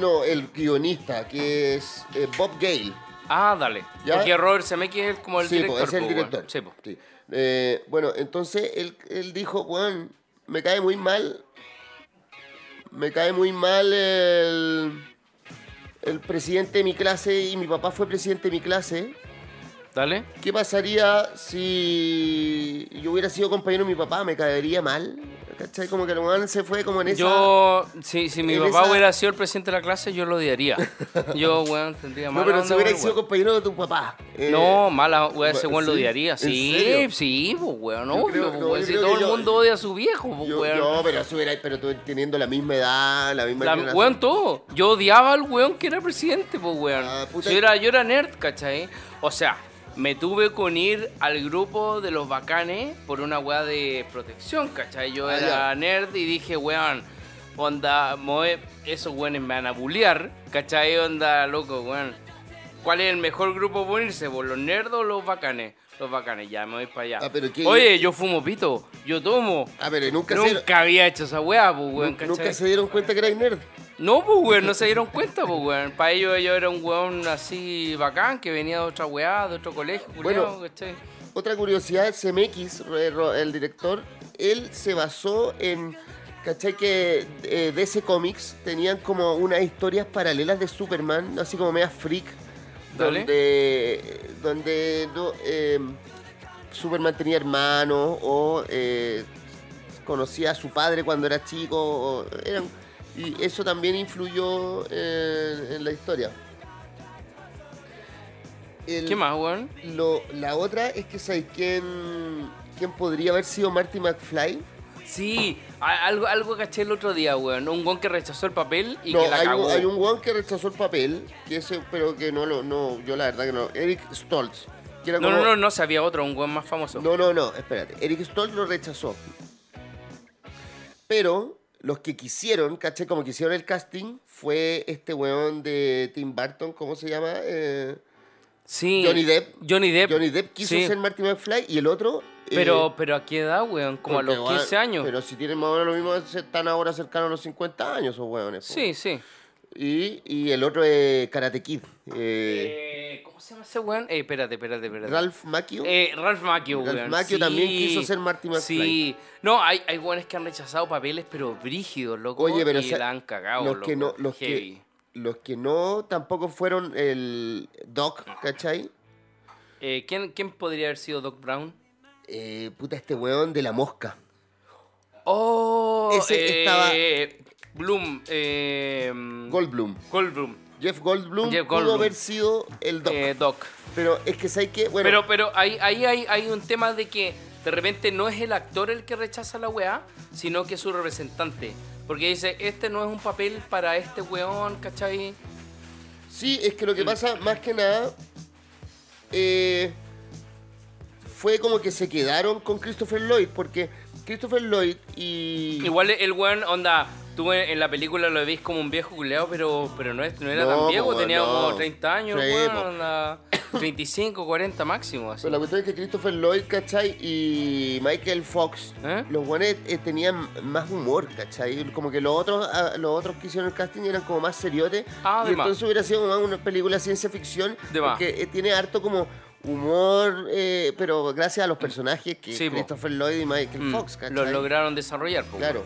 Speaker 2: No, el guionista, que es eh, Bob Gale.
Speaker 1: Ah, dale.
Speaker 2: Ya.
Speaker 1: Porque Robert Zemeckis es como el
Speaker 2: Sí, po,
Speaker 1: director.
Speaker 2: es el
Speaker 1: po, weón.
Speaker 2: director.
Speaker 1: Sí, po.
Speaker 2: Sí. Eh, bueno, entonces él, él dijo, weón, me cae muy mal. Me cae muy mal el, el presidente de mi clase y mi papá fue presidente de mi clase.
Speaker 1: Dale.
Speaker 2: ¿Qué pasaría si yo hubiera sido compañero de mi papá? ¿Me caería mal? ¿Cachai? Como que el weón se fue como en esa...
Speaker 1: Yo, si, si mi
Speaker 2: Pues, ah, en
Speaker 1: papá
Speaker 2: esa-
Speaker 1: hubiera sido el presidente de la clase, yo lo odiaría. Yo, weón, tendría
Speaker 2: No,
Speaker 1: mala
Speaker 2: pero si
Speaker 1: onda,
Speaker 2: hubiera
Speaker 1: weón,
Speaker 2: sido
Speaker 1: weón.
Speaker 2: compañero de tu papá. eh,
Speaker 1: No, mala, weón, ese
Speaker 2: bueno,
Speaker 1: weón lo
Speaker 2: sí,
Speaker 1: odiaría.
Speaker 2: ¿en
Speaker 1: Sí,
Speaker 2: serio?
Speaker 1: sí, pues, weón,
Speaker 2: Yo
Speaker 1: obvio,
Speaker 2: creo-
Speaker 1: pues,
Speaker 2: no,
Speaker 1: weón,
Speaker 2: yo
Speaker 1: si
Speaker 2: creo
Speaker 1: todo
Speaker 2: que
Speaker 1: el
Speaker 2: yo-
Speaker 1: mundo odia a su viejo, pues,
Speaker 2: yo-
Speaker 1: weón.
Speaker 2: no, pero, si hubiera- pero tú teniendo la misma edad, la misma
Speaker 1: La-
Speaker 2: generación.
Speaker 1: weón, todo. Yo odiaba al weón que era presidente, pues, weón.
Speaker 2: Ah, puta.
Speaker 1: yo, era, yo era nerd, ¿cachai? O sea, me tuve con ir al grupo de los bacanes por una weá de protección, ¿cachai? Yo
Speaker 2: Ah,
Speaker 1: era
Speaker 2: ya.
Speaker 1: nerd y dije, weón, onda, moe, esos weones me van a bullear, ¿cachai? Onda, loco, weón. ¿Cuál es el mejor grupo para unirse? ¿Por los nerds o los bacanes? Los bacanes, ya me voy para allá.
Speaker 2: Ah, pero ¿qué-
Speaker 1: Oye, yo fumo pito, yo tomo.
Speaker 2: Ah, pero nunca,
Speaker 1: Nunca,
Speaker 2: se,
Speaker 1: había hecho esa weá, pues, weón,
Speaker 2: nunca,
Speaker 1: ¿cachai?
Speaker 2: se dieron cuenta que erais nerd.
Speaker 1: No, pues, weón, no se dieron cuenta, pues, weón. Para ellos yo era un weón así bacán, que venía de otra weá, de otro colegio, culiao,
Speaker 2: Bueno. eh,
Speaker 1: ¿cachai?
Speaker 2: Otra curiosidad, CMX, re- ro- el director, él se basó en... ¿Cachai? Que eh, DC Comics tenían como unas historias paralelas de Superman, así como media freak,
Speaker 1: Dale.
Speaker 2: donde, donde no, eh, Superman tenía hermanos o eh, conocía a su padre cuando era chico. o eran- y eso también influyó eh, en la historia. El-
Speaker 1: ¿Qué más, weón?
Speaker 2: lo- la otra es que, ¿sabes quién, quién podría haber sido Marty McFly?
Speaker 1: Sí, a- algo, algo caché el otro día, weón. Un weón que rechazó el papel y
Speaker 2: no,
Speaker 1: que la
Speaker 2: hay,
Speaker 1: cagó.
Speaker 2: un, hay un weón que rechazó el papel, que ese, pero que no lo, no, yo la verdad que no. Eric Stoltz. que era
Speaker 1: No,
Speaker 2: como-
Speaker 1: no, no, no, se había otro, un weón más famoso.
Speaker 2: No, no, no, espérate. Eric Stoltz lo rechazó. Pero los que quisieron, caché, como que hicieron el casting, fue este weón de Tim Burton, ¿cómo se llama? Eh,
Speaker 1: Sí.
Speaker 2: Johnny Depp.
Speaker 1: Johnny Depp.
Speaker 2: Johnny Depp quiso
Speaker 1: Sí.
Speaker 2: ser eh, Marty McFly y el otro. eh,
Speaker 1: Pero, pero ¿a qué edad, weón? Como a
Speaker 2: porque,
Speaker 1: los
Speaker 2: weón,
Speaker 1: 15 años.
Speaker 2: Pero si tienen más o menos lo mismo, se- están ahora cercanos a los 50 años esos weones. po.
Speaker 1: Sí, sí.
Speaker 2: Y, y el otro es Karate Kid. eh,
Speaker 1: Eh, ¿Cómo se llama ese weón? Eh, espérate, espérate, espérate.
Speaker 2: Ralph Macchio.
Speaker 1: Eh, Ralph Macchio,
Speaker 2: Ralph
Speaker 1: weón.
Speaker 2: Macchio también quiso ser Marty McFly.
Speaker 1: Sí. No, hay, hay weones que han rechazado papeles, pero brígidos, loco.
Speaker 2: Oye, pero
Speaker 1: y
Speaker 2: sa-
Speaker 1: la han cagado,
Speaker 2: los que no,
Speaker 1: loco,
Speaker 2: los que,
Speaker 1: heavy.
Speaker 2: los que no tampoco fueron el Doc, ¿cachai?
Speaker 1: Eh, ¿quién, ¿Quién podría haber sido Doc Brown?
Speaker 2: Eh, puta, este weón de la mosca.
Speaker 1: Oh,
Speaker 2: Ese
Speaker 1: estaba. Bloom. Eh,
Speaker 2: Goldblum.
Speaker 1: Goldblum.
Speaker 2: Jeff Goldblum
Speaker 1: Jeff
Speaker 2: pudo
Speaker 1: Goldblum.
Speaker 2: haber sido el Doc.
Speaker 1: eh, Doc.
Speaker 2: pero es que ¿sabes qué? Bueno,
Speaker 1: Pero, pero ahí, ahí hay, hay un tema de que de repente no es el actor el que rechaza la weá, sino que es su representante. Porque dice, este no es un papel para este weón, ¿cachai?
Speaker 2: sí, es que lo que pasa, más que nada, eh, fue como que se quedaron con Christopher Lloyd, porque Christopher Lloyd y...
Speaker 1: Igual el weón, onda, tú en, en la película lo ves como un viejo culeado, pero, pero no, es, no era
Speaker 2: No,
Speaker 1: tan viejo,
Speaker 2: po,
Speaker 1: tenía
Speaker 2: no.
Speaker 1: como 30 años, el
Speaker 2: Sí,
Speaker 1: weón,
Speaker 2: po.
Speaker 1: onda, 35, 40 máximo, así.
Speaker 2: Pero la cuestión es que Christopher Lloyd, ¿cachai? Y Michael Fox,
Speaker 1: ¿Eh?
Speaker 2: los buenos tenían más humor, ¿cachai? Como que los otros, ah, los otros que hicieron el casting eran como más seriotes.
Speaker 1: Ah,
Speaker 2: y
Speaker 1: de más.
Speaker 2: entonces hubiera sido más una película de ciencia ficción.
Speaker 1: De más.
Speaker 2: porque eh, tiene harto como humor, eh, pero gracias a los personajes que
Speaker 1: Sí, po.
Speaker 2: Christopher Lloyd y Michael
Speaker 1: Mm,
Speaker 2: Fox, ¿cachai?
Speaker 1: lo lograron desarrollar, pues, po,
Speaker 2: Claro.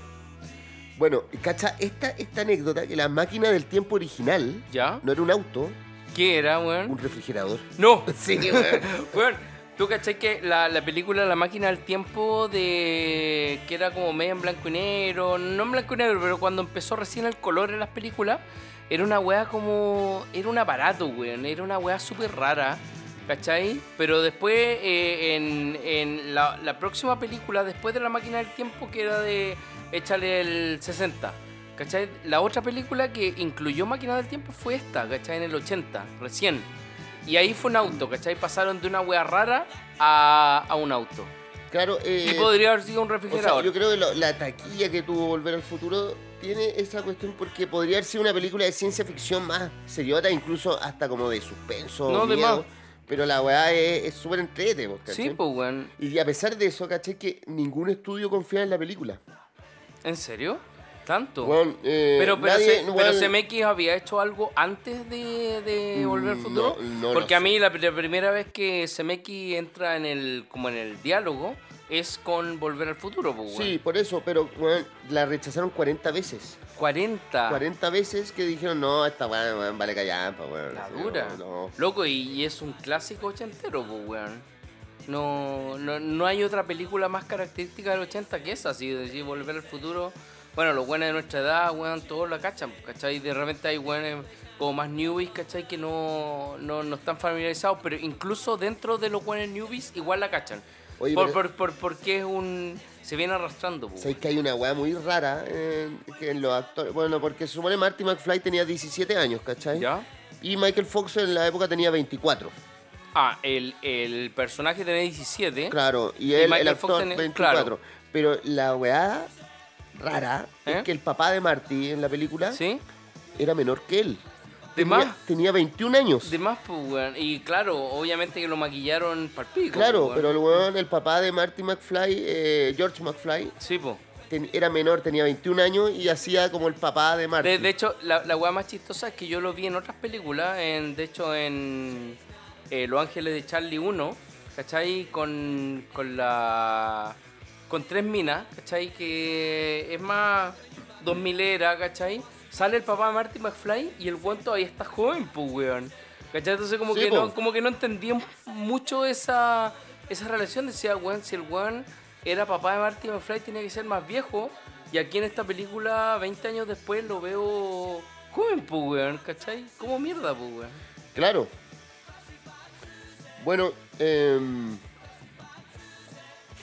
Speaker 2: Bueno, ¿cachai? Esta, esta anécdota, que la máquina del tiempo original
Speaker 1: ¿Ya?
Speaker 2: no era un auto,
Speaker 1: ¿Qué era, weón?
Speaker 2: un refrigerador.
Speaker 1: No.
Speaker 2: Sí, weón.
Speaker 1: Weón, tú cachai que la, la película La máquina del tiempo de. que era como media en blanco y negro. No en blanco y negro, pero cuando empezó recién el color en las películas, era una weá como. Era un aparato, weón. Era una weá súper rara. ¿Cachai? Pero después, eh, en, en la, la próxima película, después de La máquina del tiempo, que era de. Échale el 60. ¿Cachai? La otra película que incluyó Máquina del Tiempo fue esta, ¿cachai? En el 80, recién. Y ahí fue un auto, ¿cachai? Pasaron de una wea rara a, a un auto.
Speaker 2: Claro, eh,
Speaker 1: y podría haber sido un
Speaker 2: O sea,
Speaker 1: refrigerador.
Speaker 2: yo creo que lo- la taquilla que tuvo Volver al Futuro tiene esa cuestión porque podría haber sido una película de ciencia ficción más seriota, incluso hasta como de suspenso.
Speaker 1: No, de
Speaker 2: miedo,
Speaker 1: más.
Speaker 2: Pero la weá es es súper entrete, vos, ¿cachai?
Speaker 1: sí, pues, weón.
Speaker 2: Y a pesar de eso, caché que ningún estudio confía en la película.
Speaker 1: ¿En serio? ¿Tanto?
Speaker 2: Weón, eh,
Speaker 1: pero pero,
Speaker 2: nadie-
Speaker 1: se- pero
Speaker 2: weón,
Speaker 1: CMX había hecho algo antes de, de
Speaker 2: Mm,
Speaker 1: Volver al Futuro.
Speaker 2: no, no lo
Speaker 1: Porque a
Speaker 2: sé.
Speaker 1: mí la, pri- la primera vez que CMX entra en el, como en el diálogo es con Volver al Futuro, pues, weón.
Speaker 2: Sí, por eso, pero weón, la rechazaron 40 veces.
Speaker 1: 40.
Speaker 2: 40 veces que dijeron, no, esta weá weón, vale callampa, weón.
Speaker 1: La
Speaker 2: Sí,
Speaker 1: dura.
Speaker 2: no.
Speaker 1: Loco, y, y es un clásico ochentero, pues, weón. No, no, no hay otra película más característica del 80 que esa, así de decir, volver al futuro. Bueno, los buenos de nuestra edad, weón, todos la cachan, pues, ¿cachai? De repente hay buenos como más newbies, ¿cachai? Que no, no, no están familiarizados, pero incluso dentro de los buenos newbies igual la cachan.
Speaker 2: Oye,
Speaker 1: por,
Speaker 2: pero-
Speaker 1: por- por- porque es un... se viene arrastrando, pues,
Speaker 2: Sabéis que hay una weá muy rara eh, que en los actores. Bueno, porque se supone Marty McFly tenía 17 años, ¿cachai?
Speaker 1: ¿Ya?
Speaker 2: Y Michael Fox en la época tenía 24.
Speaker 1: Ah, el, el personaje tenía 17.
Speaker 2: Claro, y él, el
Speaker 1: ¿Eh? Michael Fox
Speaker 2: actor,
Speaker 1: tenía-
Speaker 2: 24.
Speaker 1: claro.
Speaker 2: Pero la weá rara
Speaker 1: ¿Eh?
Speaker 2: es que el papá de Marty en la película
Speaker 1: ¿Sí?
Speaker 2: era menor que él.
Speaker 1: ¿De
Speaker 2: tenía,
Speaker 1: más?
Speaker 2: tenía 21 años.
Speaker 1: De más, pues, weón. Y claro, obviamente que lo maquillaron para pico.
Speaker 2: claro,
Speaker 1: pues,
Speaker 2: pero
Speaker 1: weón.
Speaker 2: el weón, el papá de Marty McFly, eh, George McFly,
Speaker 1: Sí, pues.
Speaker 2: ten- era menor, tenía 21 años y hacía como el papá de Marty.
Speaker 1: De, de hecho, la, la weá más chistosa es que yo lo vi en otras películas. En, de hecho, en eh, Los Ángeles de Charlie 1, ¿cachai? Con, con la. Con tres minas, ¿cachai? Que es más 2000 era, ¿cachai? Sale el papá de Marty McFly y el weón todavía está joven, pues, weón. ¿cachai? Entonces, como,
Speaker 2: Sí,
Speaker 1: que
Speaker 2: po.
Speaker 1: no, como que no entendí mucho esa, esa relación. Decía, weón, si el weón era papá de Marty McFly, tenía que ser más viejo. Y aquí en esta película, 20 años después, lo veo joven, pues, weón, ¿cachai? Como mierda, pues, weón.
Speaker 2: Claro. Bueno, em,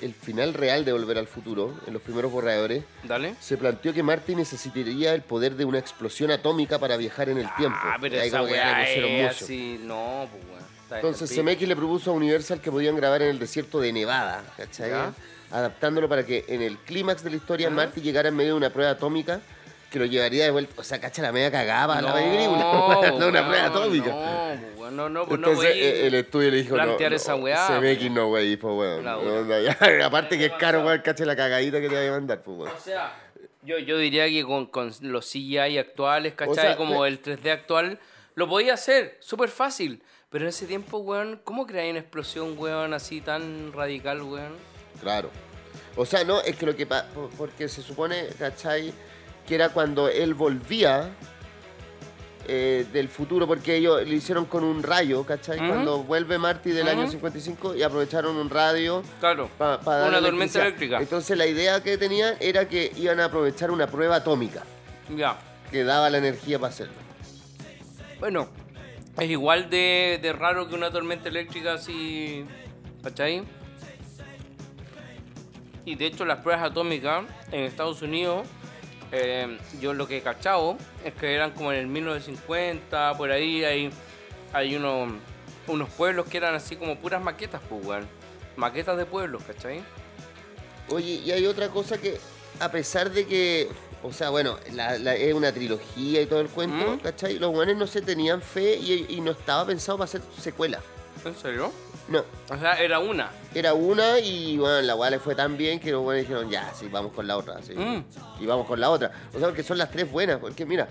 Speaker 2: el final real de Volver al Futuro, en los primeros borradores,
Speaker 1: Dale.
Speaker 2: se planteó que Marty necesitaría el poder de una explosión atómica para viajar en el tiempo.
Speaker 1: Ah, pero
Speaker 2: Y ahí
Speaker 1: esa
Speaker 2: como que ya le
Speaker 1: weá
Speaker 2: pusieron
Speaker 1: es
Speaker 2: mucho.
Speaker 1: así. No, pues weón. está
Speaker 2: Entonces
Speaker 1: descartado.
Speaker 2: CMX le propuso a Universal que podían grabar en el desierto de Nevada, ¿cachai?
Speaker 1: Ya.
Speaker 2: Adaptándolo para que en el clímax de la historia Marty llegara en medio de una prueba atómica que lo llevaría de vuelta. O sea, cacha la media cagaba la película. No, una
Speaker 1: weón,
Speaker 2: prueba atómica.
Speaker 1: No, pues, weón, no, no, pues no,
Speaker 2: Entonces
Speaker 1: podí-
Speaker 2: eh, el estudio le dijo, no,
Speaker 1: plantear
Speaker 2: no,
Speaker 1: esa weá,
Speaker 2: CMX no, wey, pues, weón.
Speaker 1: La
Speaker 2: No,
Speaker 1: dura.
Speaker 2: no, ya. Aparte que es caro, weón, cacha la cagadita que te vaya a mandar, pues, weón.
Speaker 1: O sea, yo, yo diría que con, con los CGI actuales, ¿cachai?
Speaker 2: sea,
Speaker 1: Como
Speaker 2: le-
Speaker 1: el 3D actual, lo podía hacer, súper fácil. Pero en ese tiempo, weón, ¿cómo creáis una explosión, weón, así tan radical, weón?
Speaker 2: Claro. O sea, no, es que lo que pa- po- porque se supone, ¿cachai? Que era cuando él volvía eh, del futuro, porque ellos le hicieron con un rayo, ¿cachai?
Speaker 1: Ujú.
Speaker 2: Cuando vuelve Marty del año 55 y aprovecharon un radio
Speaker 1: Claro.
Speaker 2: para
Speaker 1: una tormenta eléctrica.
Speaker 2: Entonces la idea que tenían era que iban a aprovechar una prueba atómica
Speaker 1: Ya.
Speaker 2: que daba la energía para hacerlo.
Speaker 1: Bueno, es igual de, de raro que una tormenta eléctrica así. ¿Cachai? Y de hecho, las pruebas atómicas en Estados Unidos, eh, yo lo que he cachado es que eran como en el 1950, por ahí hay, hay unos, unos pueblos que eran así como puras maquetas, pues, weón. Maquetas de pueblos, ¿cachai?
Speaker 2: Oye, y hay otra cosa que, a pesar de que, o sea, bueno, la- la- es una trilogía y todo el cuento,
Speaker 1: ¿Mm?
Speaker 2: ¿cachai? Los guanes no se tenían fe y, y no estaba pensado para hacer secuela.
Speaker 1: ¿En serio?
Speaker 2: No,
Speaker 1: O sea, era una.
Speaker 2: era una y, bueno, la guana le fue tan bien que los guanes dijeron, ya, sí, vamos con la otra, sí.
Speaker 1: ¿Mm?
Speaker 2: Y vamos con la otra. O sea, porque son las tres buenas, porque mira,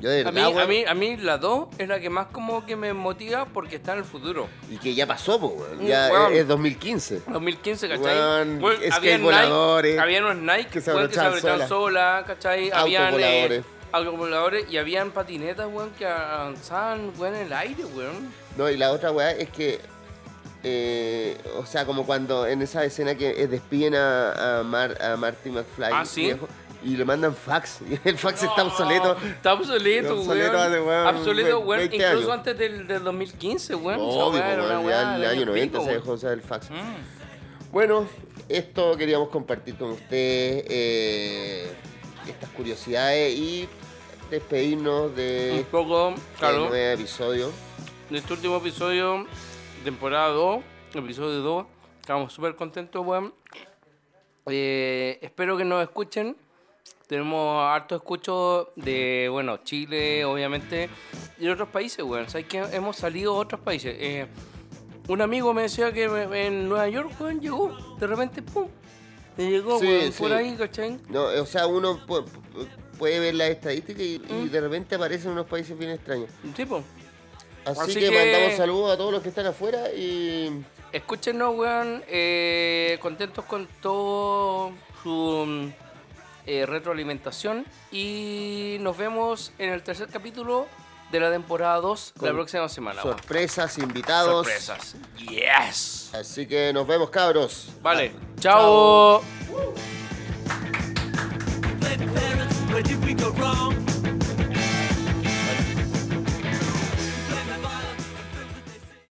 Speaker 2: yo de
Speaker 1: A
Speaker 2: verdad,
Speaker 1: mí, a,
Speaker 2: weón,
Speaker 1: mí, a mí la 2 es la que más como que me motiva porque está en el futuro.
Speaker 2: y que ya pasó, po, weón,
Speaker 1: Mm,
Speaker 2: ya
Speaker 1: weón.
Speaker 2: es, es 2015.
Speaker 1: 2015, ¿cachai?
Speaker 2: Weón,
Speaker 1: Weón,
Speaker 2: skate
Speaker 1: habían Nike-
Speaker 2: voladores,
Speaker 1: habían unos Nike
Speaker 2: que se
Speaker 1: weón, que se
Speaker 2: abrochaban
Speaker 1: abrochaban
Speaker 2: sola.
Speaker 1: sola, ¿cachai? Habían
Speaker 2: Autovoladores.
Speaker 1: eh, autovoladores y habían patinetas, weón, que avanzaban, weón, en el aire, weón.
Speaker 2: No, y la otra weá es que. eh, o sea, como cuando en esa escena que eh, despiden a, a, Mar- a Marty McFly.
Speaker 1: Ah, ¿sí?
Speaker 2: y le mandan fax. Y el fax está obsoleto.
Speaker 1: Está obsoleto,
Speaker 2: Está
Speaker 1: weón.
Speaker 2: obsoleto hace, weón,
Speaker 1: Obsoleto,
Speaker 2: ve-
Speaker 1: weón.
Speaker 2: 20
Speaker 1: Incluso
Speaker 2: años.
Speaker 1: antes del, del 2015, weón. Esa
Speaker 2: Obvio,
Speaker 1: weá era
Speaker 2: po,
Speaker 1: una
Speaker 2: weón,
Speaker 1: weá
Speaker 2: ya en el
Speaker 1: del
Speaker 2: año 90
Speaker 1: pico,
Speaker 2: se
Speaker 1: weón.
Speaker 2: dejó usar el fax.
Speaker 1: Mm.
Speaker 2: Bueno, esto queríamos compartir con ustedes eh, estas curiosidades y despedirnos de
Speaker 1: Un poco,
Speaker 2: este
Speaker 1: claro.
Speaker 2: nuevo episodio.
Speaker 1: de este último episodio, temporada 2, episodio 2. Estamos súper contentos, weón. Eh, espero que nos escuchen. Tenemos harto escucho de, bueno, Chile, obviamente, y de otros países, weón. Sabes que hemos salido a otros países. Eh, un amigo me decía que me- en Nueva York, weón, llegó. De repente, pum. Le llegó,
Speaker 2: Sí,
Speaker 1: weón,
Speaker 2: sí.
Speaker 1: por ahí, ¿cachai?
Speaker 2: No, eh, o sea, uno pu- pu- puede ver las estadísticas y, y de repente aparecen unos países bien extraños.
Speaker 1: Tipo,
Speaker 2: Así,
Speaker 1: Así
Speaker 2: que,
Speaker 1: que-
Speaker 2: mandamos saludos a todos los que están afuera y
Speaker 1: Escúchenos, weón. eh, contentos con todo su mm, eh, retroalimentación. Y nos vemos en el tercer capítulo de la temporada 2 la
Speaker 2: Con
Speaker 1: próxima semana. weón.
Speaker 2: sorpresas, invitados.
Speaker 1: Sorpresas. Yes.
Speaker 2: Así que nos vemos, cabros.
Speaker 1: Vale.
Speaker 2: Chao.
Speaker 1: chao.
Speaker 4: black parents, where did we go wrong?